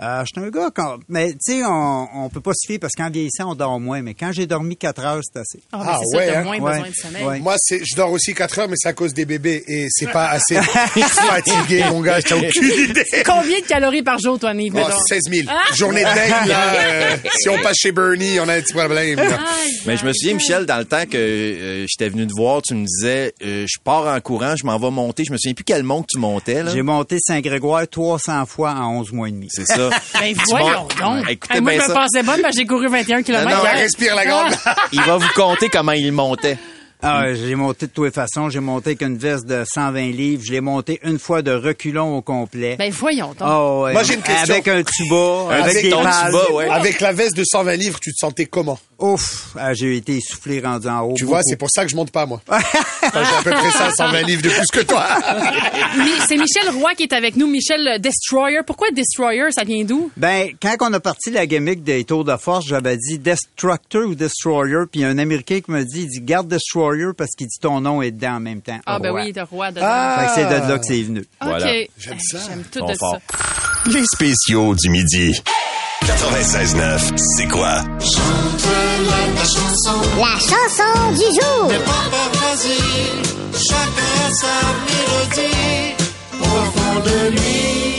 Speaker 21: Euh, je suis un gars, quand... mais tu sais, on, on peut pas se fier parce qu'en vieillissant, on dort moins. Mais quand j'ai dormi 4 heures, c'est assez.
Speaker 6: Ah,
Speaker 7: Ah, ouais, hein.
Speaker 21: Ouais, ouais.
Speaker 7: Moi, c'est, je dors aussi 4 heures, mais c'est à cause des bébés et c'est pas assez. je suis fatigué, mon gars, t'as aucune idée.
Speaker 6: Combien de calories par jour, toi, Ah! Nive?
Speaker 7: Oh, 16 000. Journée de veille, là, euh, si on passe chez Bernie, on a un petit problème. là.
Speaker 6: Ah,
Speaker 4: Mais je me souviens, Michel, dans le temps que euh, j'étais venu te voir, tu me disais, euh, je pars en courant, je m'en vais monter. Je me souviens plus quel mont que tu montais. Là.
Speaker 21: J'ai monté Saint-Grégoire 300 fois en 11 mois et demi.
Speaker 4: C'est ça.
Speaker 6: Ben voyons
Speaker 4: Tu
Speaker 6: donc.
Speaker 4: Ouais, écoutez
Speaker 6: Hey, moi,
Speaker 4: bien
Speaker 6: je me
Speaker 4: ça.
Speaker 6: pensais bonne parce que j'ai couru 21 km.
Speaker 21: Non, non, elle respire, la grande.
Speaker 6: Ah!
Speaker 4: Il va vous compter comment il montait.
Speaker 21: Ah, ouais, j'ai monté de toutes les façons. J'ai monté avec une veste de 120 livres. Je l'ai monté une fois de reculons au complet.
Speaker 6: Ben voyons donc.
Speaker 21: Ah ouais.
Speaker 7: Moi, j'ai une question.
Speaker 21: Avec un tuba, avec, des balles.
Speaker 7: Avec la veste de 120 livres, tu te sentais comment?
Speaker 21: Ouf, ah, j'ai été essoufflé rendu en haut.
Speaker 7: Tu vois,
Speaker 21: beaucoup.
Speaker 7: c'est pour ça que je monte pas, moi. Enfin, j'ai à peu près ça, 120 livres de plus que toi.
Speaker 6: Mi- C'est Michel Roy qui est avec nous. Michel euh, Destroyer. Pourquoi Destroyer? Ça vient d'où?
Speaker 21: Ben, quand on a parti la gimmick des tours de force, j'avais dit Destructor ou Destroyer, puis il y a un Américain qui me dit, il dit garde Destroyer parce qu'il dit ton nom est dedans en même temps.
Speaker 6: Ah,
Speaker 21: Au
Speaker 6: ben
Speaker 21: roi.
Speaker 6: oui, de Roy dedans.
Speaker 21: Fait que c'est de là que c'est venu.
Speaker 6: OK. J'aime ça. J'aime tout de ça.
Speaker 2: Les spéciaux du midi. 96.9, c'est quoi?
Speaker 3: La chanson. La chanson du jour. N'est pas pas facile. Chacun sa mélodie. Au fond de lui.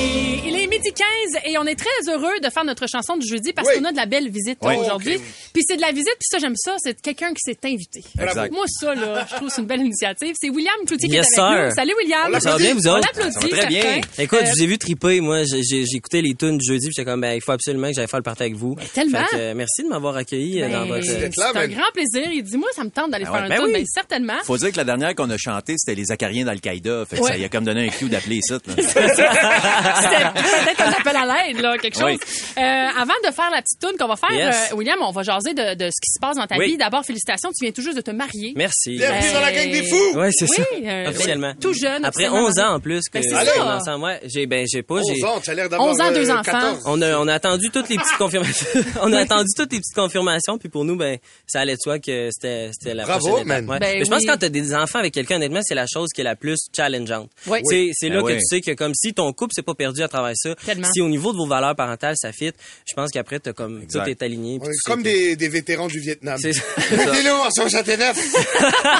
Speaker 6: Il est midi 15 et on est très heureux de faire notre chanson du jeudi parce qu'on a de la belle visite
Speaker 3: Oui.
Speaker 6: aujourd'hui.
Speaker 3: Ok.
Speaker 6: Puis c'est de la visite, puis ça, j'aime ça. C'est quelqu'un qui s'est invité.
Speaker 22: Exact.
Speaker 6: Moi, ça, là, je trouve que c'est une belle initiative. C'est William Cloutier
Speaker 22: Yes,
Speaker 6: qui est avec
Speaker 22: sir.
Speaker 6: nous. Salut, William.
Speaker 22: Ça va bien, vous
Speaker 6: On
Speaker 22: autres?
Speaker 6: l'applaudit,
Speaker 22: Ça va très bien.
Speaker 6: certain.
Speaker 22: Écoute,
Speaker 6: Euh,
Speaker 22: je vous ai vu triper. Moi, j'ai- j'ai j'ai écouté les tunes du jeudi, puis j'étais comme, ben, il faut absolument que j'aille faire le party avec vous.
Speaker 6: Ben, tellement.
Speaker 22: Fait que, euh, merci de m'avoir accueilli euh,
Speaker 6: ben,
Speaker 22: dans votre.
Speaker 6: C'est un grand plaisir. Il dit, moi, ça me tente d'aller
Speaker 4: Ah
Speaker 6: faire
Speaker 4: ouais,
Speaker 6: un
Speaker 4: ben
Speaker 6: tour.
Speaker 4: oui.
Speaker 6: Ben, certainement.
Speaker 4: Faut dire que la dernière qu'on a chantée, c'était les Acariens d'Al-Qaïda. Fait que
Speaker 6: Ouais.
Speaker 4: ça y a comme donné un clou d'appeler ici. là.
Speaker 6: C'était peut-être un appel à l'aide, là, quelque chose.
Speaker 4: Oui.
Speaker 6: Euh, avant de faire la petite toune qu'on va faire,
Speaker 22: Yes.
Speaker 6: euh, William, on va jaser de, de ce qui se passe dans ta
Speaker 22: Oui.
Speaker 6: vie. D'abord, félicitations, tu viens tout juste de te marier.
Speaker 22: Merci.
Speaker 6: Bienvenue dans la gang des fous!
Speaker 22: Ouais, c'est ça.
Speaker 6: Oui, euh,
Speaker 22: Officiellement.
Speaker 6: tout jeune,
Speaker 22: Après
Speaker 6: officiellement.
Speaker 22: 11 ans en plus que
Speaker 6: Ben, c'est
Speaker 22: on
Speaker 6: ça.
Speaker 22: est ensemble. Ouais, j'ai ben j'ai pas
Speaker 7: 11
Speaker 22: j'ai
Speaker 7: ans, tu as l'air d'avoir, 11 ans, deux euh, enfants. 14.
Speaker 22: On a on a attendu toutes les petites confirmations. on a attendu toutes les petites confirmations puis pour nous ben ça allait de soi que c'était c'était la
Speaker 7: Bravo,
Speaker 22: prochaine étape.
Speaker 7: man.
Speaker 22: Ouais.
Speaker 7: Ben
Speaker 22: Mais je pense
Speaker 7: oui.
Speaker 22: que quand tu as des enfants avec quelqu'un honnêtement, c'est la chose qui est la plus challengeante.
Speaker 7: Oui.
Speaker 22: Tu sais,
Speaker 7: Oui.
Speaker 22: c'est
Speaker 7: Ben
Speaker 22: là
Speaker 7: oui.
Speaker 22: que tu sais que comme si ton couple s'est pas perdu à travers ça,
Speaker 7: Tellement.
Speaker 22: si au niveau de vos valeurs parentales ça fit, je pense qu'après tu comme
Speaker 7: Exact.
Speaker 22: tout est aligné puis
Speaker 7: Ouais,
Speaker 22: tu sais
Speaker 7: Comme
Speaker 22: que-
Speaker 7: des, des vétérans du Vietnam. C'est
Speaker 22: ça.
Speaker 7: Mettez-le en 69.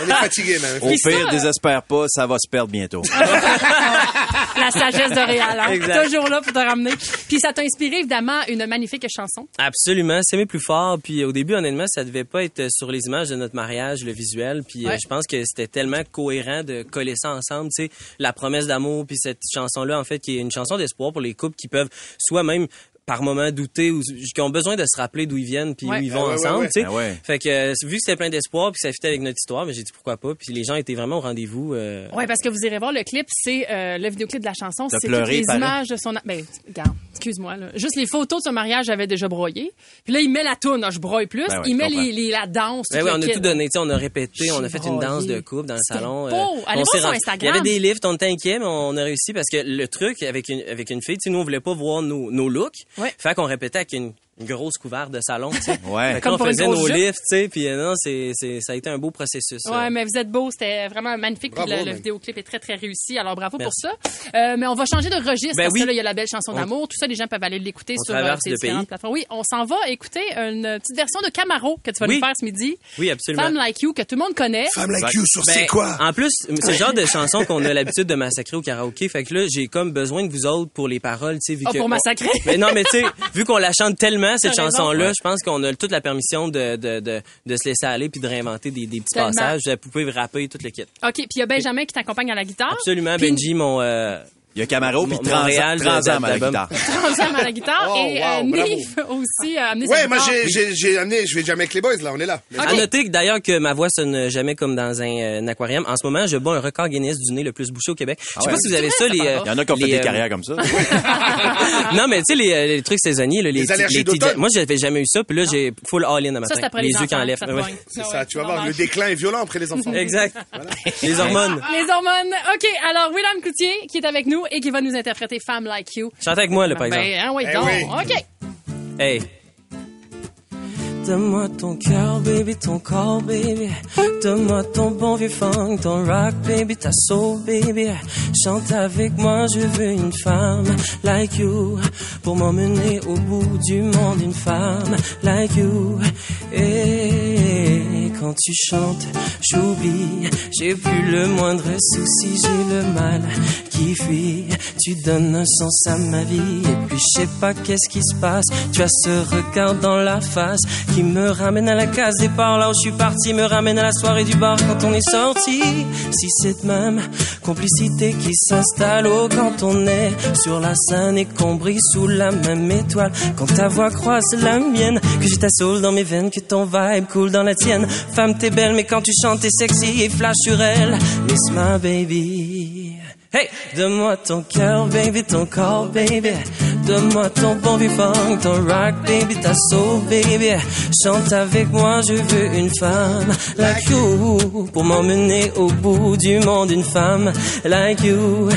Speaker 7: On est fatigué, même.
Speaker 4: Au pire, désespère pas, ça va se perdre bientôt.
Speaker 6: La sagesse de Réal, hein.
Speaker 22: Exact.
Speaker 6: toujours là pour te ramener. Puis ça t'a inspiré évidemment une magnifique chanson.
Speaker 22: Absolument, c'est mes plus forts. Puis au début, honnêtement, ça devait pas
Speaker 23: euh,
Speaker 22: être sur les images de notre mariage, le visuel. Puis euh,
Speaker 6: Ouais.
Speaker 22: je pense que c'était tellement cohérent de coller ça ensemble, tu sais, la promesse d'amour, puis cette chanson-là, en fait, qui est une chanson d'espoir pour les couples qui peuvent soit même
Speaker 23: par moment douter ou qui ont besoin de se rappeler d'où ils viennent puis
Speaker 3: Ouais.
Speaker 23: où ils
Speaker 3: Ah
Speaker 23: vont
Speaker 3: ouais, ouais,
Speaker 23: ensemble.
Speaker 3: ouais.
Speaker 23: tu sais.
Speaker 3: Ah ouais.
Speaker 23: Fait que euh, vu que c'était plein d'espoir puis ça fitait avec notre histoire, mais j'ai dit pourquoi pas. Puis les gens étaient vraiment au rendez-vous. euh,
Speaker 6: Oui, parce que vous irez voir le clip, c'est euh, le vidéoclip de la chanson,
Speaker 23: De
Speaker 6: c'est toutes
Speaker 23: pleurer,
Speaker 6: les
Speaker 23: il paraît.
Speaker 6: images de son. Ben, regarde, excuse-moi, là. Juste les photos de son mariage, j'avais déjà broyé. Puis là, il met la toune, Ah, je broye plus.
Speaker 23: Ben ouais,
Speaker 6: il
Speaker 23: je
Speaker 6: met
Speaker 23: comprends.
Speaker 6: les, les- la danse.
Speaker 23: Ben
Speaker 6: tout
Speaker 23: oui,
Speaker 6: le
Speaker 23: on
Speaker 6: kit.
Speaker 23: a tout donné. tu sais, on a répété,
Speaker 6: J'ai
Speaker 23: on a fait une danse
Speaker 6: broyé.
Speaker 23: de couple dans le salon. euh,
Speaker 6: beau. Allez
Speaker 23: on
Speaker 6: voir
Speaker 23: s'est
Speaker 6: sur
Speaker 23: rendu-
Speaker 6: Instagram.
Speaker 23: Il y avait des livres, on était inquiets, mais on a réussi parce que le truc avec une, avec une fille, tu sais, nous, on voulait pas voir nos, nos looks. Fait qu'on répétait avec une, une grosse couverte de salon. tu sais.
Speaker 4: Ouais.
Speaker 23: Fait
Speaker 4: Comme
Speaker 23: qu'on
Speaker 4: pour une
Speaker 23: faisait
Speaker 4: grosse
Speaker 23: nos
Speaker 4: jupe.
Speaker 23: livres, tu sais, puis euh, non, c'est, c'est, ça a été un beau processus. euh.
Speaker 6: Ouais, mais vous êtes beau, c'était vraiment magnifique. puis
Speaker 23: Bravo,
Speaker 6: le, le
Speaker 23: man.
Speaker 6: vidéoclip est très, très réussi. Alors bravo
Speaker 23: Merci.
Speaker 6: pour ça. Euh, mais on va changer de registre
Speaker 23: Ben
Speaker 6: parce
Speaker 23: oui.
Speaker 6: que là, il y a la belle chanson
Speaker 23: On-
Speaker 6: d'amour. Tout ça, les gens peuvent aller l'écouter
Speaker 23: On
Speaker 6: sur euh,
Speaker 23: traverse
Speaker 6: ces
Speaker 23: le
Speaker 6: différentes
Speaker 23: pays.
Speaker 6: plateformes. Oui, on s'en va écouter une petite version de Camaro que tu vas
Speaker 23: Oui.
Speaker 6: nous faire ce midi.
Speaker 23: Oui, absolument.
Speaker 6: Femme Like You, que tout le monde connaît.
Speaker 23: Exact. Ben, En plus, c'est le genre de chanson qu'on a l'habitude de massacrer au karaoké. Fait que là, j'ai comme besoin de vous autres pour les paroles, tu sais, vu
Speaker 6: Ah,
Speaker 23: que-
Speaker 6: pour massacrer?
Speaker 23: Mais non, mais tu sais, vu qu'on la chante tellement, cette
Speaker 6: T'as raison.
Speaker 23: chanson-là,
Speaker 6: Ouais.
Speaker 23: je pense qu'on a toute la permission de, de, de, de se laisser aller puis de réinventer des, des petits
Speaker 6: Tellement.
Speaker 23: passages. Vous pouvez rapper tout le kit.
Speaker 6: OK, puis il y a Benjamin qui t'accompagne à la guitare.
Speaker 23: Absolument, Benji, mon... euh, Il y a Camaro
Speaker 4: puis Transam- Transam à la
Speaker 6: Transam à la guitare.
Speaker 7: Oh,
Speaker 6: et euh,
Speaker 7: wow,
Speaker 6: Nive aussi a amené sa
Speaker 7: Ouais, moi,
Speaker 6: guitare.
Speaker 7: j'ai- j'ai j'ai amené, je vais jamais avec les boys, là, on est là.
Speaker 23: À noter que, d'ailleurs que ma voix sonne jamais comme dans un, euh, un aquarium. En ce moment, je bats un record Guinness du nez le plus bouché au Québec.
Speaker 6: Ah
Speaker 23: Je sais
Speaker 4: ouais?
Speaker 23: pas si vous avez ça. les, euh,
Speaker 4: Il y en a qui ont fait
Speaker 23: les,
Speaker 4: des
Speaker 23: euh,
Speaker 4: carrières comme ça.
Speaker 23: non, mais tu sais, les, euh, les trucs saisonniers, là, les,
Speaker 4: Les
Speaker 23: petits-
Speaker 4: allergies
Speaker 23: petits-
Speaker 4: d'automne.
Speaker 23: Moi, j'avais jamais eu ça, puis là, j'ai full all-in à matin.
Speaker 6: Ça, c'est après
Speaker 23: les
Speaker 6: les
Speaker 23: yeux qui
Speaker 6: enfants,
Speaker 23: enlèvent.
Speaker 6: ça te
Speaker 23: Ah Ouais.
Speaker 6: pogne.
Speaker 7: C'est ça, tu vas voir, le déclin est violent après les enfants.
Speaker 23: Exact. Les hormones.
Speaker 6: Les hormones. OK, alors William Coutier qui est avec nous et qui va nous interpréter Femme Like You.
Speaker 23: Chante avec moi, là, par exemple.
Speaker 6: Ben, hein, oui,
Speaker 23: Eh
Speaker 6: donc.
Speaker 23: oui.
Speaker 6: OK.
Speaker 23: Hey. Donne-moi ton cœur, baby, ton corps, baby. Donne-moi ton bon vieux funk, ton rock, baby, ta soul, baby. Chante avec moi, je veux une femme like you. Pour m'emmener au bout du monde, une femme like you. Eh, Et quand tu chantes, j'oublie. J'ai plus le moindre souci, j'ai le mal qui fuit. Tu donnes un sens à ma vie. Et puis je sais pas qu'est-ce qui se passe. Tu as ce regard dans la face qui me ramène à la case départ là où je suis parti. Me ramène à la soirée du bar quand on est sorti. Si cette même complicité qui s'installe oh, quand on est sur la scène et qu'on brille sous la même étoile. Quand ta voix croise la mienne, que j'ai ta soul dans mes veines, que ton vibe coule dans la tienne. Femme, t'es belle, mais quand tu chantes, t'es sexy et flash sur elle. Miss my baby. Hey, donne-moi ton cœur, baby, ton corps, baby. Donne-moi ton bon vieux funk, ton rock, baby, ta soul, baby. Chante avec moi, je veux une femme like you pour m'emmener au bout du monde, une femme like you.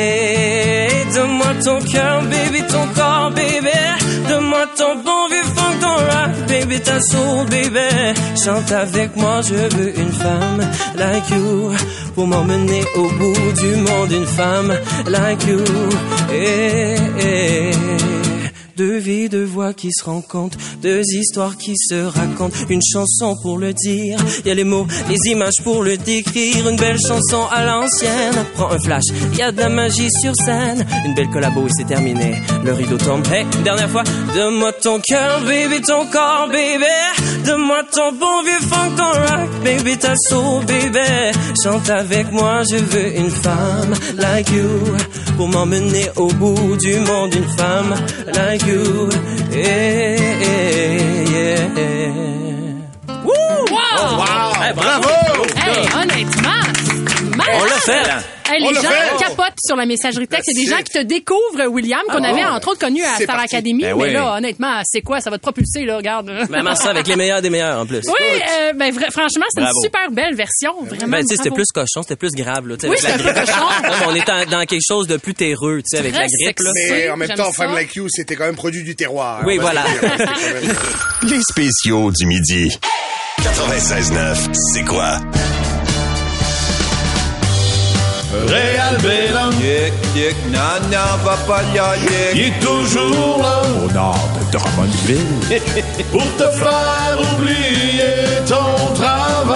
Speaker 23: Et donne-moi ton cœur, baby, ton corps, baby. Donne-moi ton bon vieux funk, ton rock, baby, ta soul, baby. Chante avec moi, je veux une femme like you pour m'emmener au bout du monde, une femme like you. Eh, eh, eh. Deux vies, deux voix qui se rencontrent, deux histoires qui se racontent, une chanson pour le dire. Il y a les mots, les images pour le décrire, une belle chanson à l'ancienne. Prends un flash, il y a de la magie sur scène. Une belle collabo et c'est terminé. Le rideau tombe. Hey, une dernière fois, donne-moi ton cœur, baby, ton corps, baby. Donne-moi ton bon vieux funk, ton rock, baby, ta soul, baby. Chante avec moi, je veux une femme like you pour m'emmener au bout du monde une femme like you. Eh, eh, yeah, eh. Wouh!
Speaker 6: Wow!
Speaker 23: Hey, bravo!
Speaker 6: Hey, honnêtement! malade!
Speaker 23: On l'a fait.
Speaker 6: Hey,
Speaker 3: On
Speaker 6: les
Speaker 3: l'a
Speaker 6: gens
Speaker 3: fait.
Speaker 6: capotent sur la messagerie texte. Il y a des gens
Speaker 3: Merci.
Speaker 6: qui te découvrent, William, qu'on
Speaker 23: Ah,
Speaker 6: avait
Speaker 23: ouais.
Speaker 6: entre autres connu à
Speaker 23: C'est
Speaker 6: Star
Speaker 23: parti.
Speaker 6: Academy.
Speaker 23: Ben
Speaker 6: mais
Speaker 23: oui.
Speaker 6: là, honnêtement, c'est quoi? Ça va te propulser, là, regarde.
Speaker 23: Maman, ça avec les meilleurs des meilleurs en plus.
Speaker 6: Oui, euh, ben, vra- franchement, c'est une
Speaker 23: Bravo.
Speaker 6: super belle version. Vraiment.
Speaker 23: Ben, tu sais, c'était
Speaker 6: bravo.
Speaker 23: plus cochon, c'était plus grave, là. tu sais,
Speaker 6: Oui,
Speaker 23: avec la
Speaker 6: c'était un peu
Speaker 23: grippe.
Speaker 6: cochon.
Speaker 23: Non, mais on est en- dans quelque chose de plus terreux, tu sais, avec la grippe, là.
Speaker 7: Mais en même
Speaker 23: J'aime
Speaker 7: temps,
Speaker 23: ça.
Speaker 7: Femme Like You, c'était quand même produit du terroir.
Speaker 23: Oui,
Speaker 7: On va se
Speaker 23: voilà.
Speaker 7: le dire, hein, c'était quand même-
Speaker 2: Les spéciaux du midi. 96.9, c'est quoi?
Speaker 3: Réal Bélan.
Speaker 4: Yik, yik, non, non, va pas là, yik.
Speaker 3: Il est toujours là.
Speaker 4: Au nord de Drummondville.
Speaker 3: Pour te faire oublier ton travail.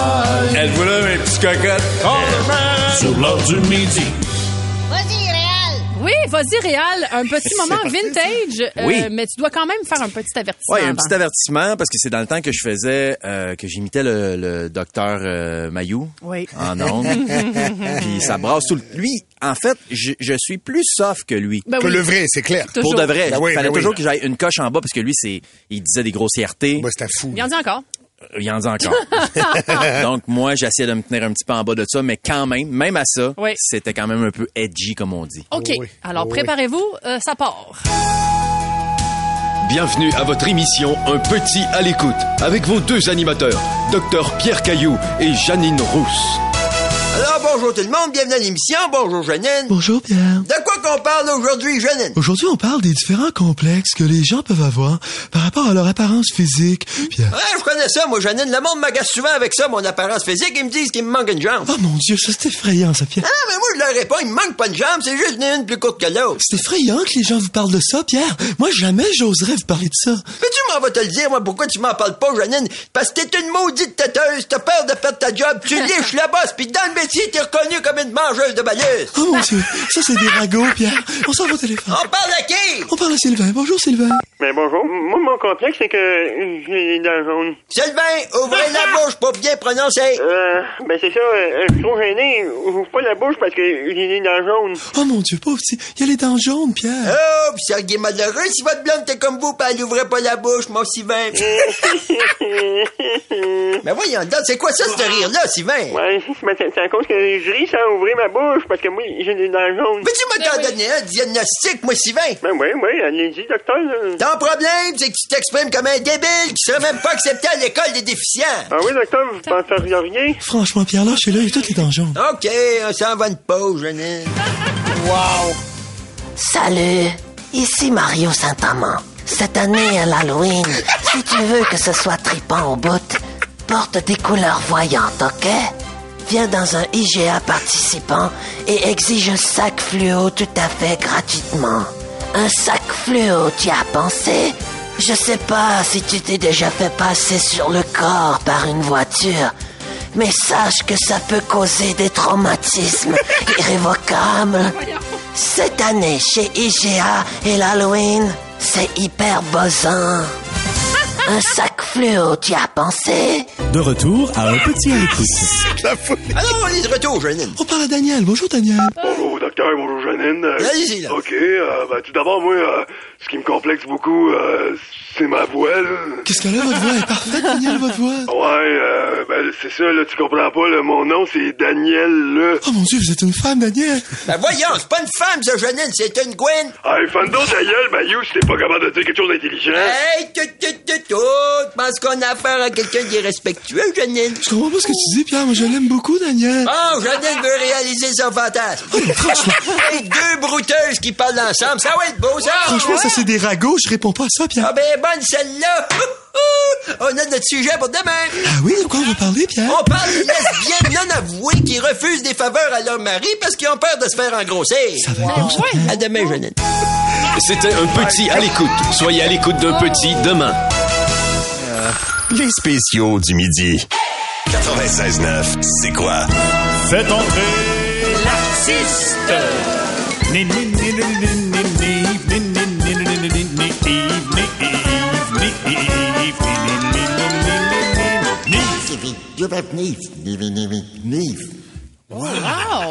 Speaker 3: Oh, Elle vous là, mes petits cocottes? Sur l'heure du midi.
Speaker 1: Vas-y, Réal!
Speaker 6: Oui, vas-y, Réal, un petit moment
Speaker 4: C'est parti,
Speaker 6: vintage, euh,
Speaker 4: Oui.
Speaker 6: mais tu dois quand même faire un petit avertissement.
Speaker 4: Oui, un
Speaker 6: avant.
Speaker 4: petit avertissement parce que c'est dans le temps que je faisais, euh, que j'imitais le, le docteur euh, Mayou
Speaker 6: Oui.
Speaker 23: Ah.
Speaker 4: en ondes. Puis ça brasse tout. le- Lui, en fait, je, je suis plus soft que lui.
Speaker 18: Ben Que oui. le vrai, c'est clair.
Speaker 4: Pour
Speaker 18: Toujours.
Speaker 4: de vrai.
Speaker 18: Ben oui,
Speaker 4: il fallait
Speaker 18: ben oui.
Speaker 4: toujours que j'aille une coche en bas parce que lui, c'est, il disait des grossièretés.
Speaker 18: Ben, c'était fou.
Speaker 6: Il en dit encore.
Speaker 4: Il en dit encore. Donc, moi, j'essayais de me tenir un petit peu en bas de ça, mais quand même, même à ça,
Speaker 6: Oui.
Speaker 4: c'était quand même un peu edgy, comme on dit.
Speaker 23: Ah
Speaker 6: OK.
Speaker 18: Oh,
Speaker 6: Alors,
Speaker 4: Oui.
Speaker 6: préparez-vous, euh, ça part.
Speaker 24: Bienvenue à votre émission Un petit à l'écoute avec vos deux animateurs, Dr Pierre Caillou et Janine Rousse.
Speaker 25: Alors, bonjour tout le monde, bienvenue à l'émission. Bonjour, Janine.
Speaker 12: Bonjour Pierre.
Speaker 25: De quoi qu'on parle aujourd'hui, Janine?
Speaker 12: Aujourd'hui, on parle des différents complexes que les gens peuvent avoir par rapport à leur apparence physique. Pierre.
Speaker 25: Ouais, je connais ça, moi, Janine. Le monde m'agace souvent avec ça, mon apparence physique. Ils me disent qu'il me manque une jambe.
Speaker 12: Oh mon Dieu, ça c'est effrayant, ça Pierre.
Speaker 25: Ah, mais moi, je leur réponds, il me manque pas une jambe, c'est juste une plus courte que l'autre.
Speaker 12: C'est effrayant que les gens vous parlent de ça, Pierre. Moi, jamais j'oserais vous parler de ça.
Speaker 25: Peux-tu m'en vas te le dire, moi, pourquoi tu m'en parles pas, Janine? Parce que t'es une maudite têteuse, t'as peur de perdre ta job, tu liches la bosse, puis dans le métier, t'es reconnue comme une mangeuse de balus.
Speaker 12: Oh mon Dieu, ça c'est des ragots, Pierre. On s'en va au téléphone.
Speaker 25: On parle à qui?
Speaker 12: On parle à Sylvain. Bonjour Sylvain.
Speaker 25: Mais bonjour, moi, mon complexe, c'est que j'ai les dents jaunes. Sylvain, ouvrez la bouche pour bien prononcer. Euh, ben c'est ça, je suis trop gêné, ouvre pas la bouche parce que j'ai les dents jaunes.
Speaker 12: Oh mon Dieu, pauvre petit, il y a les dents jaunes, Pierre.
Speaker 25: Oh, pis Sergei malheureux, si votre blonde était comme vous, pis elle ouvrait pas la bouche, mon Sylvain. Mais voyons donc, c'est quoi ça, ce rire-là, Sylvain? Ouais, c'est à cause que je ris sans ouvrir ma bouche, parce que moi, j'ai des dents jaunes. Mais tu m'as t'en donné un diagnostic, moi, Sylvain? Ben oui, oui, allez-y, docteur. Ton problème, c'est que tu t'exprimes comme un débile qui serait même pas accepté à l'école des déficients. Ah oui, docteur, vous pensez rien?
Speaker 12: Franchement, Pierre, là, chez là, il y a toutes les dents jaunes.
Speaker 25: OK, on s'en va une pause, Jeannette. Wow!
Speaker 26: Salut, ici Mario Saint-Amand. Cette année à l'Halloween, si tu veux que ce soit tripant au bout, porte des couleurs voyantes, ok? Viens dans un IGA participant et exige un sac fluo tout à fait gratuitement. Un sac fluo, tu y as pensé? Je sais pas si tu t'es déjà fait passer sur le corps par une voiture, mais sache que ça peut causer des traumatismes irrévocables. Cette année, chez IGA et l'Halloween, c'est hyper buzzant. Un sac fluo, tu y as pensé?
Speaker 27: De retour à un petit à l'écoute.
Speaker 25: Alors, Ah on est de retour, Jeannine.
Speaker 12: On parle à Daniel. Bonjour Daniel.
Speaker 28: Bonjour docteur, bonjour Janine. Euh,
Speaker 25: Allez-y, là.
Speaker 28: OK, euh, ben, tout d'abord, moi, euh, ce qui me complexe beaucoup, euh, c'est ma voix, là.
Speaker 12: Qu'est-ce que là, votre voix est parfaite, Daniel, votre voix.
Speaker 28: Ouais, euh, ben, c'est ça, là, tu comprends pas, là, mon nom, c'est Daniel, là.
Speaker 12: Oh mon Dieu, vous êtes une femme, Daniel.
Speaker 25: Ben voyons, c'est pas une femme, ça, Jeannine, c'est une Gwen.
Speaker 28: Hey, Fando, ta gueule, ben, you, si t'es pas
Speaker 25: Ah,
Speaker 28: capable de dire quelque chose d'intelligent.
Speaker 25: Hey, tout, tout, tout, tout. Je pense qu'on a affaire à quelqu'un d'irrespectueux, Jeannine.
Speaker 12: Je comprends pas ce que tu dis, Pierre, mais je l'aime beaucoup, Daniel. Oh,
Speaker 25: Oh, Jeannine veut réaliser son fantasme. Hey, deux brouteuses qui parlent ensemble, ça va être beau, ça.
Speaker 12: Oh, Franchement, ça c'est des ragots, je réponds pas à ça, Pierre.
Speaker 25: Ah ben, bonne celle-là. On a notre sujet pour demain.
Speaker 12: Ah oui, de quoi on va parler, Pierre?
Speaker 25: On parle des lesbiennes non avouées qui refusent des faveurs à leur mari parce qu'ils ont peur de se faire engrosser. Ça va À demain, Jeannine.
Speaker 24: C'était Un petit à l'écoute. Soyez à l'écoute d'un petit demain.
Speaker 2: Euh, Les spéciaux du midi. 96.9, c'est quoi?
Speaker 3: Faites entrer l'artiste. Ni, ni, ni, ni, ni, ni, ni, ni, ni, ni, ni, ni, ni, ni, ni, ni, ni, ni, ni, ni, ni, ni, ni, ni, ni, ni, ni.
Speaker 6: Wow!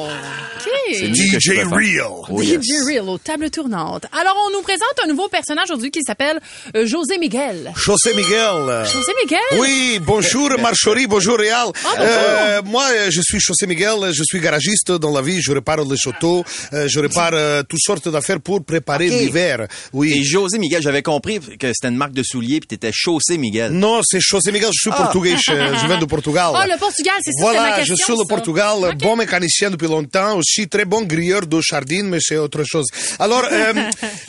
Speaker 6: OK.
Speaker 3: C'est mieux que je peux faire. Real. Oh,
Speaker 6: DJ
Speaker 3: yes.
Speaker 6: Real aux tables tournantes. Alors, on nous présente un nouveau personnage aujourd'hui qui s'appelle euh, José Miguel.
Speaker 18: José Miguel. euh,
Speaker 6: José Miguel?
Speaker 18: Oui, bonjour Marjorie, bonjour Réal. Euh, moi, euh, je suis José Miguel, je suis garagiste dans la vie, je répare les châteaux, euh, je répare euh, toutes sortes d'affaires pour préparer
Speaker 4: Ok.
Speaker 18: l'hiver. Oui.
Speaker 4: Et José Miguel, j'avais compris que c'était une marque de souliers puis t'étais chaussé Miguel.
Speaker 18: Non, c'est José Miguel, je suis
Speaker 4: Ah.
Speaker 18: portugais, je, je viens du Portugal.
Speaker 6: Oh, le Portugal, c'est ça, c'était ma
Speaker 18: Ah, Voilà, je
Speaker 6: question,
Speaker 18: suis le
Speaker 6: ça.
Speaker 18: Portugal, bon mécanicien depuis longtemps, aussi très bon grilleur de sardines, mais c'est autre chose. Alors, euh,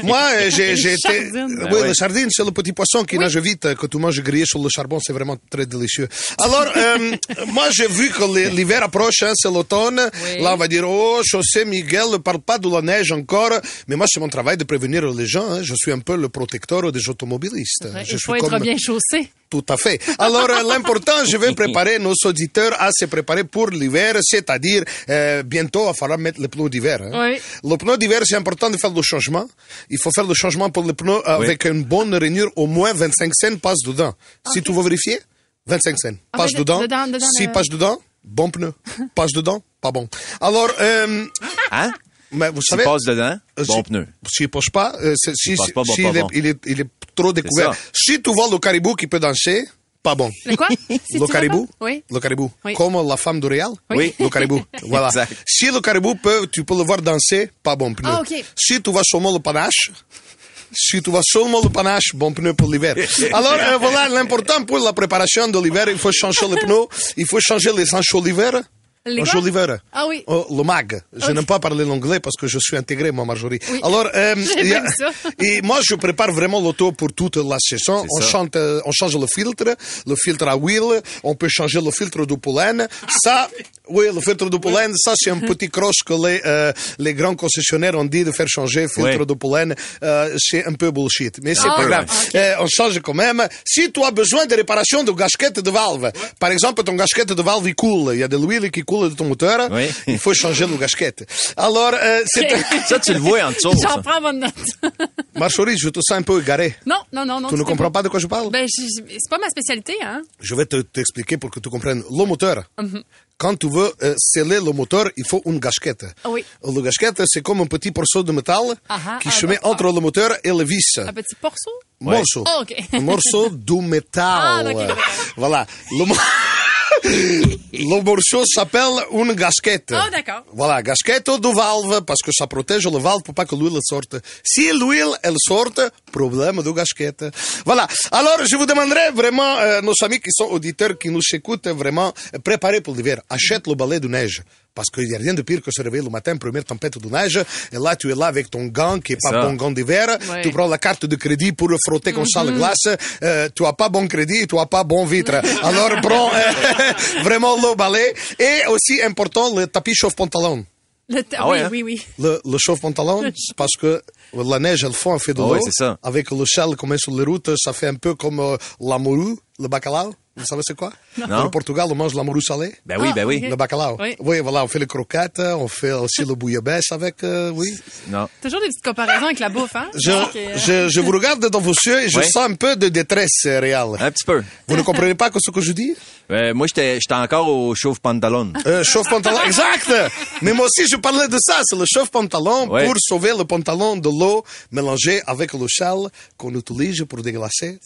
Speaker 18: moi, euh, j'ai
Speaker 3: Les
Speaker 18: j'ai été... Euh,
Speaker 3: sardines.
Speaker 18: oui,
Speaker 3: Ah ouais.
Speaker 18: le sardine, c'est le petit poisson qui nage vite, euh, que tu manges grillé sur le charbon, c'est vraiment très délicieux. Alors, euh, moi, j'ai vu que l'hi- l'hiver approche, hein, c'est l'automne. Là, on va dire, oh, José Miguel ne parle pas de la neige encore, mais moi, c'est mon travail de prévenir les gens. hein. Je suis un peu le protecteur des automobilistes.
Speaker 6: Ouais,
Speaker 18: Je
Speaker 6: Il
Speaker 18: suis
Speaker 6: faut être
Speaker 18: comme-
Speaker 6: bien chaussé.
Speaker 18: tout à fait. Alors, euh, l'important, je vais préparer nos auditeurs à se préparer pour l'hiver, c'est-à-dire euh, bientôt, il faudra mettre les pneus d'hiver. hein.
Speaker 3: Oui.
Speaker 18: Le pneu d'hiver, c'est important de faire le changement. Il faut faire le changement pour le pneu euh, avec une bonne rainure, au moins 25 cents passe dedans. Si tu veux vérifier, 25 cents
Speaker 3: Ah,
Speaker 18: passe
Speaker 3: mais de-
Speaker 18: dedans.
Speaker 3: dedans- dedans, euh.
Speaker 18: Si
Speaker 3: le-
Speaker 18: passe dedans, bon pneu. passe dedans, pas bon. Alors, euh,
Speaker 7: hein?
Speaker 18: Mais vous
Speaker 7: S'il
Speaker 18: savez,
Speaker 7: passe dedans,
Speaker 18: euh,
Speaker 7: bon
Speaker 18: si-
Speaker 7: pneu.
Speaker 18: S'il passe pas, euh, c'est-
Speaker 7: S'il
Speaker 18: si,
Speaker 7: passe pas, bon,
Speaker 18: si
Speaker 7: pas
Speaker 18: il, est,
Speaker 7: bon.
Speaker 18: il est- il est trop découvert.
Speaker 7: ça.
Speaker 18: Si tu vois le caribou qui peut danser, pas bon.
Speaker 6: Le quoi? Si tu
Speaker 18: le
Speaker 6: veux pas?
Speaker 18: caribou?
Speaker 6: Oui.
Speaker 18: Le caribou.
Speaker 6: Oui.
Speaker 18: Comme la femme de Réal?
Speaker 6: Oui.
Speaker 18: Le caribou. voilà.
Speaker 7: Exact.
Speaker 18: Si le caribou peut, tu peux le voir danser, pas bon pneu.
Speaker 6: Ah, ok.
Speaker 18: Si tu vois seulement le panache, si tu vois seulement le panache, bon pneu pour l'hiver. Alors, euh, voilà, l'important pour la préparation de l'hiver, il faut changer les pneus, il faut changer les enchauds l'hiver.
Speaker 3: Les
Speaker 18: Enchauds
Speaker 3: quoi?
Speaker 18: l'hiver.
Speaker 3: Ah oui.
Speaker 18: Oh, le mag. Je
Speaker 3: Ok.
Speaker 18: n'aime pas parler l'anglais parce que je suis intégré, moi, Marjorie.
Speaker 3: Oui.
Speaker 18: Alors, euh,
Speaker 3: J'ai
Speaker 18: il y a-
Speaker 3: vu ça.
Speaker 18: et moi, je prépare vraiment l'auto pour toute la saison.
Speaker 3: C'est
Speaker 18: On,
Speaker 3: ça.
Speaker 18: chante, euh, on change le filtre, le filtre à huile, on peut changer le filtre du pollen. Ça, oui, le filtre du pollen, ça, c'est un petit croche que les, euh, les grands concessionnaires ont dit de faire changer, filtre
Speaker 7: Oui.
Speaker 18: du pollen. Euh, c'est un peu bullshit, mais c'est
Speaker 7: Ah,
Speaker 18: pas grave.
Speaker 7: ok.
Speaker 18: Euh, on change quand même. Si tu as besoin de réparation de gasquette de valve, par exemple, ton gasquette de valve, il coule. Il y a de l'huile qui coule de ton moteur. Il faut changer le gasquette. Alors, euh, c'est...
Speaker 7: Ça, tu le vois en dessous,
Speaker 6: J'en
Speaker 18: ça.
Speaker 6: prends bonne note.
Speaker 18: Marjorie, je te sens un peu égaré.
Speaker 6: Non, non, non, non.
Speaker 18: Tu ne
Speaker 6: t'es
Speaker 18: comprends pas de quoi je parle
Speaker 6: Ben, je- je- c'est pas ma spécialité, hein.
Speaker 18: Je vais te- t'expliquer pour que tu comprennes. Le moteur.
Speaker 6: Mhm.
Speaker 18: Quand tu veux euh, sceller le moteur, il faut une gasquette.
Speaker 6: Ah oui.
Speaker 18: Le gasquette, c'est comme un petit morceau de métal
Speaker 6: Aha,
Speaker 18: qui
Speaker 6: ah,
Speaker 18: se met
Speaker 6: d'accord. Ah,
Speaker 18: entre le moteur et le vis.
Speaker 6: Un petit morceau?
Speaker 18: Morceau.
Speaker 6: Ah, OK.
Speaker 18: Un morceau du métal.
Speaker 6: Ah, ok, d'accord.
Speaker 18: Voilà. Le, mo- le morceau s'appelle une gasquette.
Speaker 6: Oh,
Speaker 3: Ah, d'accord.
Speaker 18: Voilà, gasquette de valve, parce que ça protège le valve pour pas que l'huile sorte. Si l'huile, elle sorte, problème de gasquette. Voilà. Alors, je vous demanderai vraiment, euh, nos amis qui sont auditeurs, qui nous écoutent, vraiment, euh, préparez pour l'hiver. Achète le balai de neige. Parce qu'il n'y a rien de pire que se réveiller le matin, première tempête de neige, et là, tu es là avec ton gant qui est pas
Speaker 7: ça.
Speaker 18: bon gant d'hiver,
Speaker 7: Ouais.
Speaker 18: tu prends la carte de crédit pour frotter comme ça le
Speaker 7: Mhm.
Speaker 18: glace, euh, tu as pas bon crédit, tu as pas bon vitre. Alors, prends euh, vraiment le balai. Et aussi important, le tapis chauffe-pantalon.
Speaker 6: Le t-
Speaker 18: Ah ouais, hein?
Speaker 6: oui, oui, oui.
Speaker 18: Le, le chauffe-pantalon, c'est parce que la neige, elle fond, elle fait de
Speaker 7: Ah
Speaker 18: l'eau.
Speaker 7: oui, c'est ça.
Speaker 18: Avec le châle qu'on met sur les routes, ça fait un peu comme euh, la morue, le bacalao. Vous savez c'est quoi
Speaker 7: Non.
Speaker 18: Au Portugal, on mange la morue salée.
Speaker 7: Ben oui, Ah, ben oui. ok.
Speaker 18: Le bacalao.
Speaker 6: Oui.
Speaker 18: voilà, on fait les croquettes, on fait aussi le bouillabaisse avec, euh, oui.
Speaker 7: Non.
Speaker 6: Toujours des petites comparaisons avec la bouffe, hein.
Speaker 18: Je,
Speaker 6: Donc, euh,
Speaker 18: je, je vous regarde dans vos yeux et je
Speaker 7: Oui.
Speaker 18: sens un peu de détresse euh, réelle.
Speaker 7: Un petit peu.
Speaker 18: Vous ne comprenez pas que ce que je dis
Speaker 7: Euh, moi, j'étais j'étais encore au chauffe-pantalon.
Speaker 18: Euh, chauffe-pantalon, exact. Mais moi aussi, je parlais de ça. C'est le chauffe-pantalon
Speaker 7: Ouais.
Speaker 18: pour sauver le pantalon de l'eau mélangée avec le châle qu'on utilise pour déglacer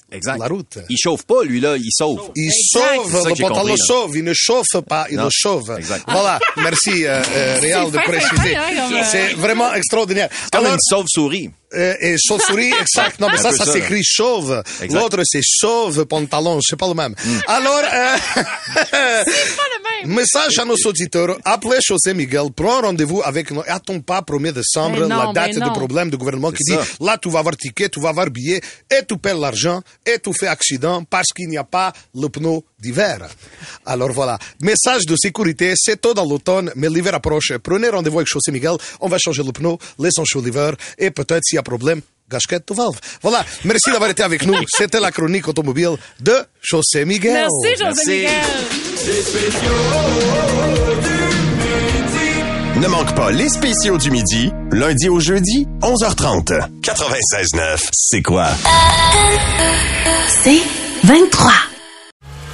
Speaker 18: la route.
Speaker 7: Il chauffe pas, lui-là, il sauve.
Speaker 18: Il
Speaker 7: C'est ça
Speaker 18: sauve,
Speaker 7: que
Speaker 18: le
Speaker 7: j'ai
Speaker 18: pantalon
Speaker 7: compris, là.
Speaker 18: sauve, il ne chauffe pas, il
Speaker 7: Non.
Speaker 18: le sauve.
Speaker 7: Exact.
Speaker 18: Voilà, merci euh, euh, Réal de
Speaker 7: C'est fin,
Speaker 18: préciser.
Speaker 7: fin, fin, hein, comme,
Speaker 18: C'est
Speaker 7: euh,
Speaker 18: vraiment extraordinaire.
Speaker 7: C'est comme
Speaker 18: Alors,
Speaker 7: une sauve-souris.
Speaker 18: euh, et chauve-souris, exact. Non, mais
Speaker 7: Un
Speaker 18: ça,
Speaker 7: peu
Speaker 18: ça
Speaker 7: ça,
Speaker 18: s'écrit
Speaker 7: là.
Speaker 18: chauve.
Speaker 7: Exact.
Speaker 18: L'autre, c'est chauve pantalon. C'est pas le même. Alors, euh, message à nos auditeurs. Appelez José Miguel. Prends rendez-vous avec nous. Attends pas 1er décembre,
Speaker 7: Mais non,
Speaker 18: la date
Speaker 7: mais non.
Speaker 18: de problème du gouvernement qui
Speaker 7: C'est ça.
Speaker 18: dit, là, tu vas avoir ticket, tu vas avoir billet, et tu perds l'argent, et tu fais accident parce qu'il n'y a pas le pneu d'hiver. Alors voilà. Message de sécurité. C'est tout dans l'automne, mais l'hiver approche. Prenez rendez-vous avec José Miguel. On va changer le pneu, les enchauds d'hiver, et peut-être s'il y a problème, gasquette de valve. Voilà. Merci d'avoir été avec nous. C'était la chronique automobile de José Miguel.
Speaker 3: Merci, José Miguel. Les spéciaux du midi.
Speaker 2: Ne manque pas les spéciaux du midi, lundi au jeudi, 11h30. 96.9, c'est quoi?
Speaker 1: C'est 23.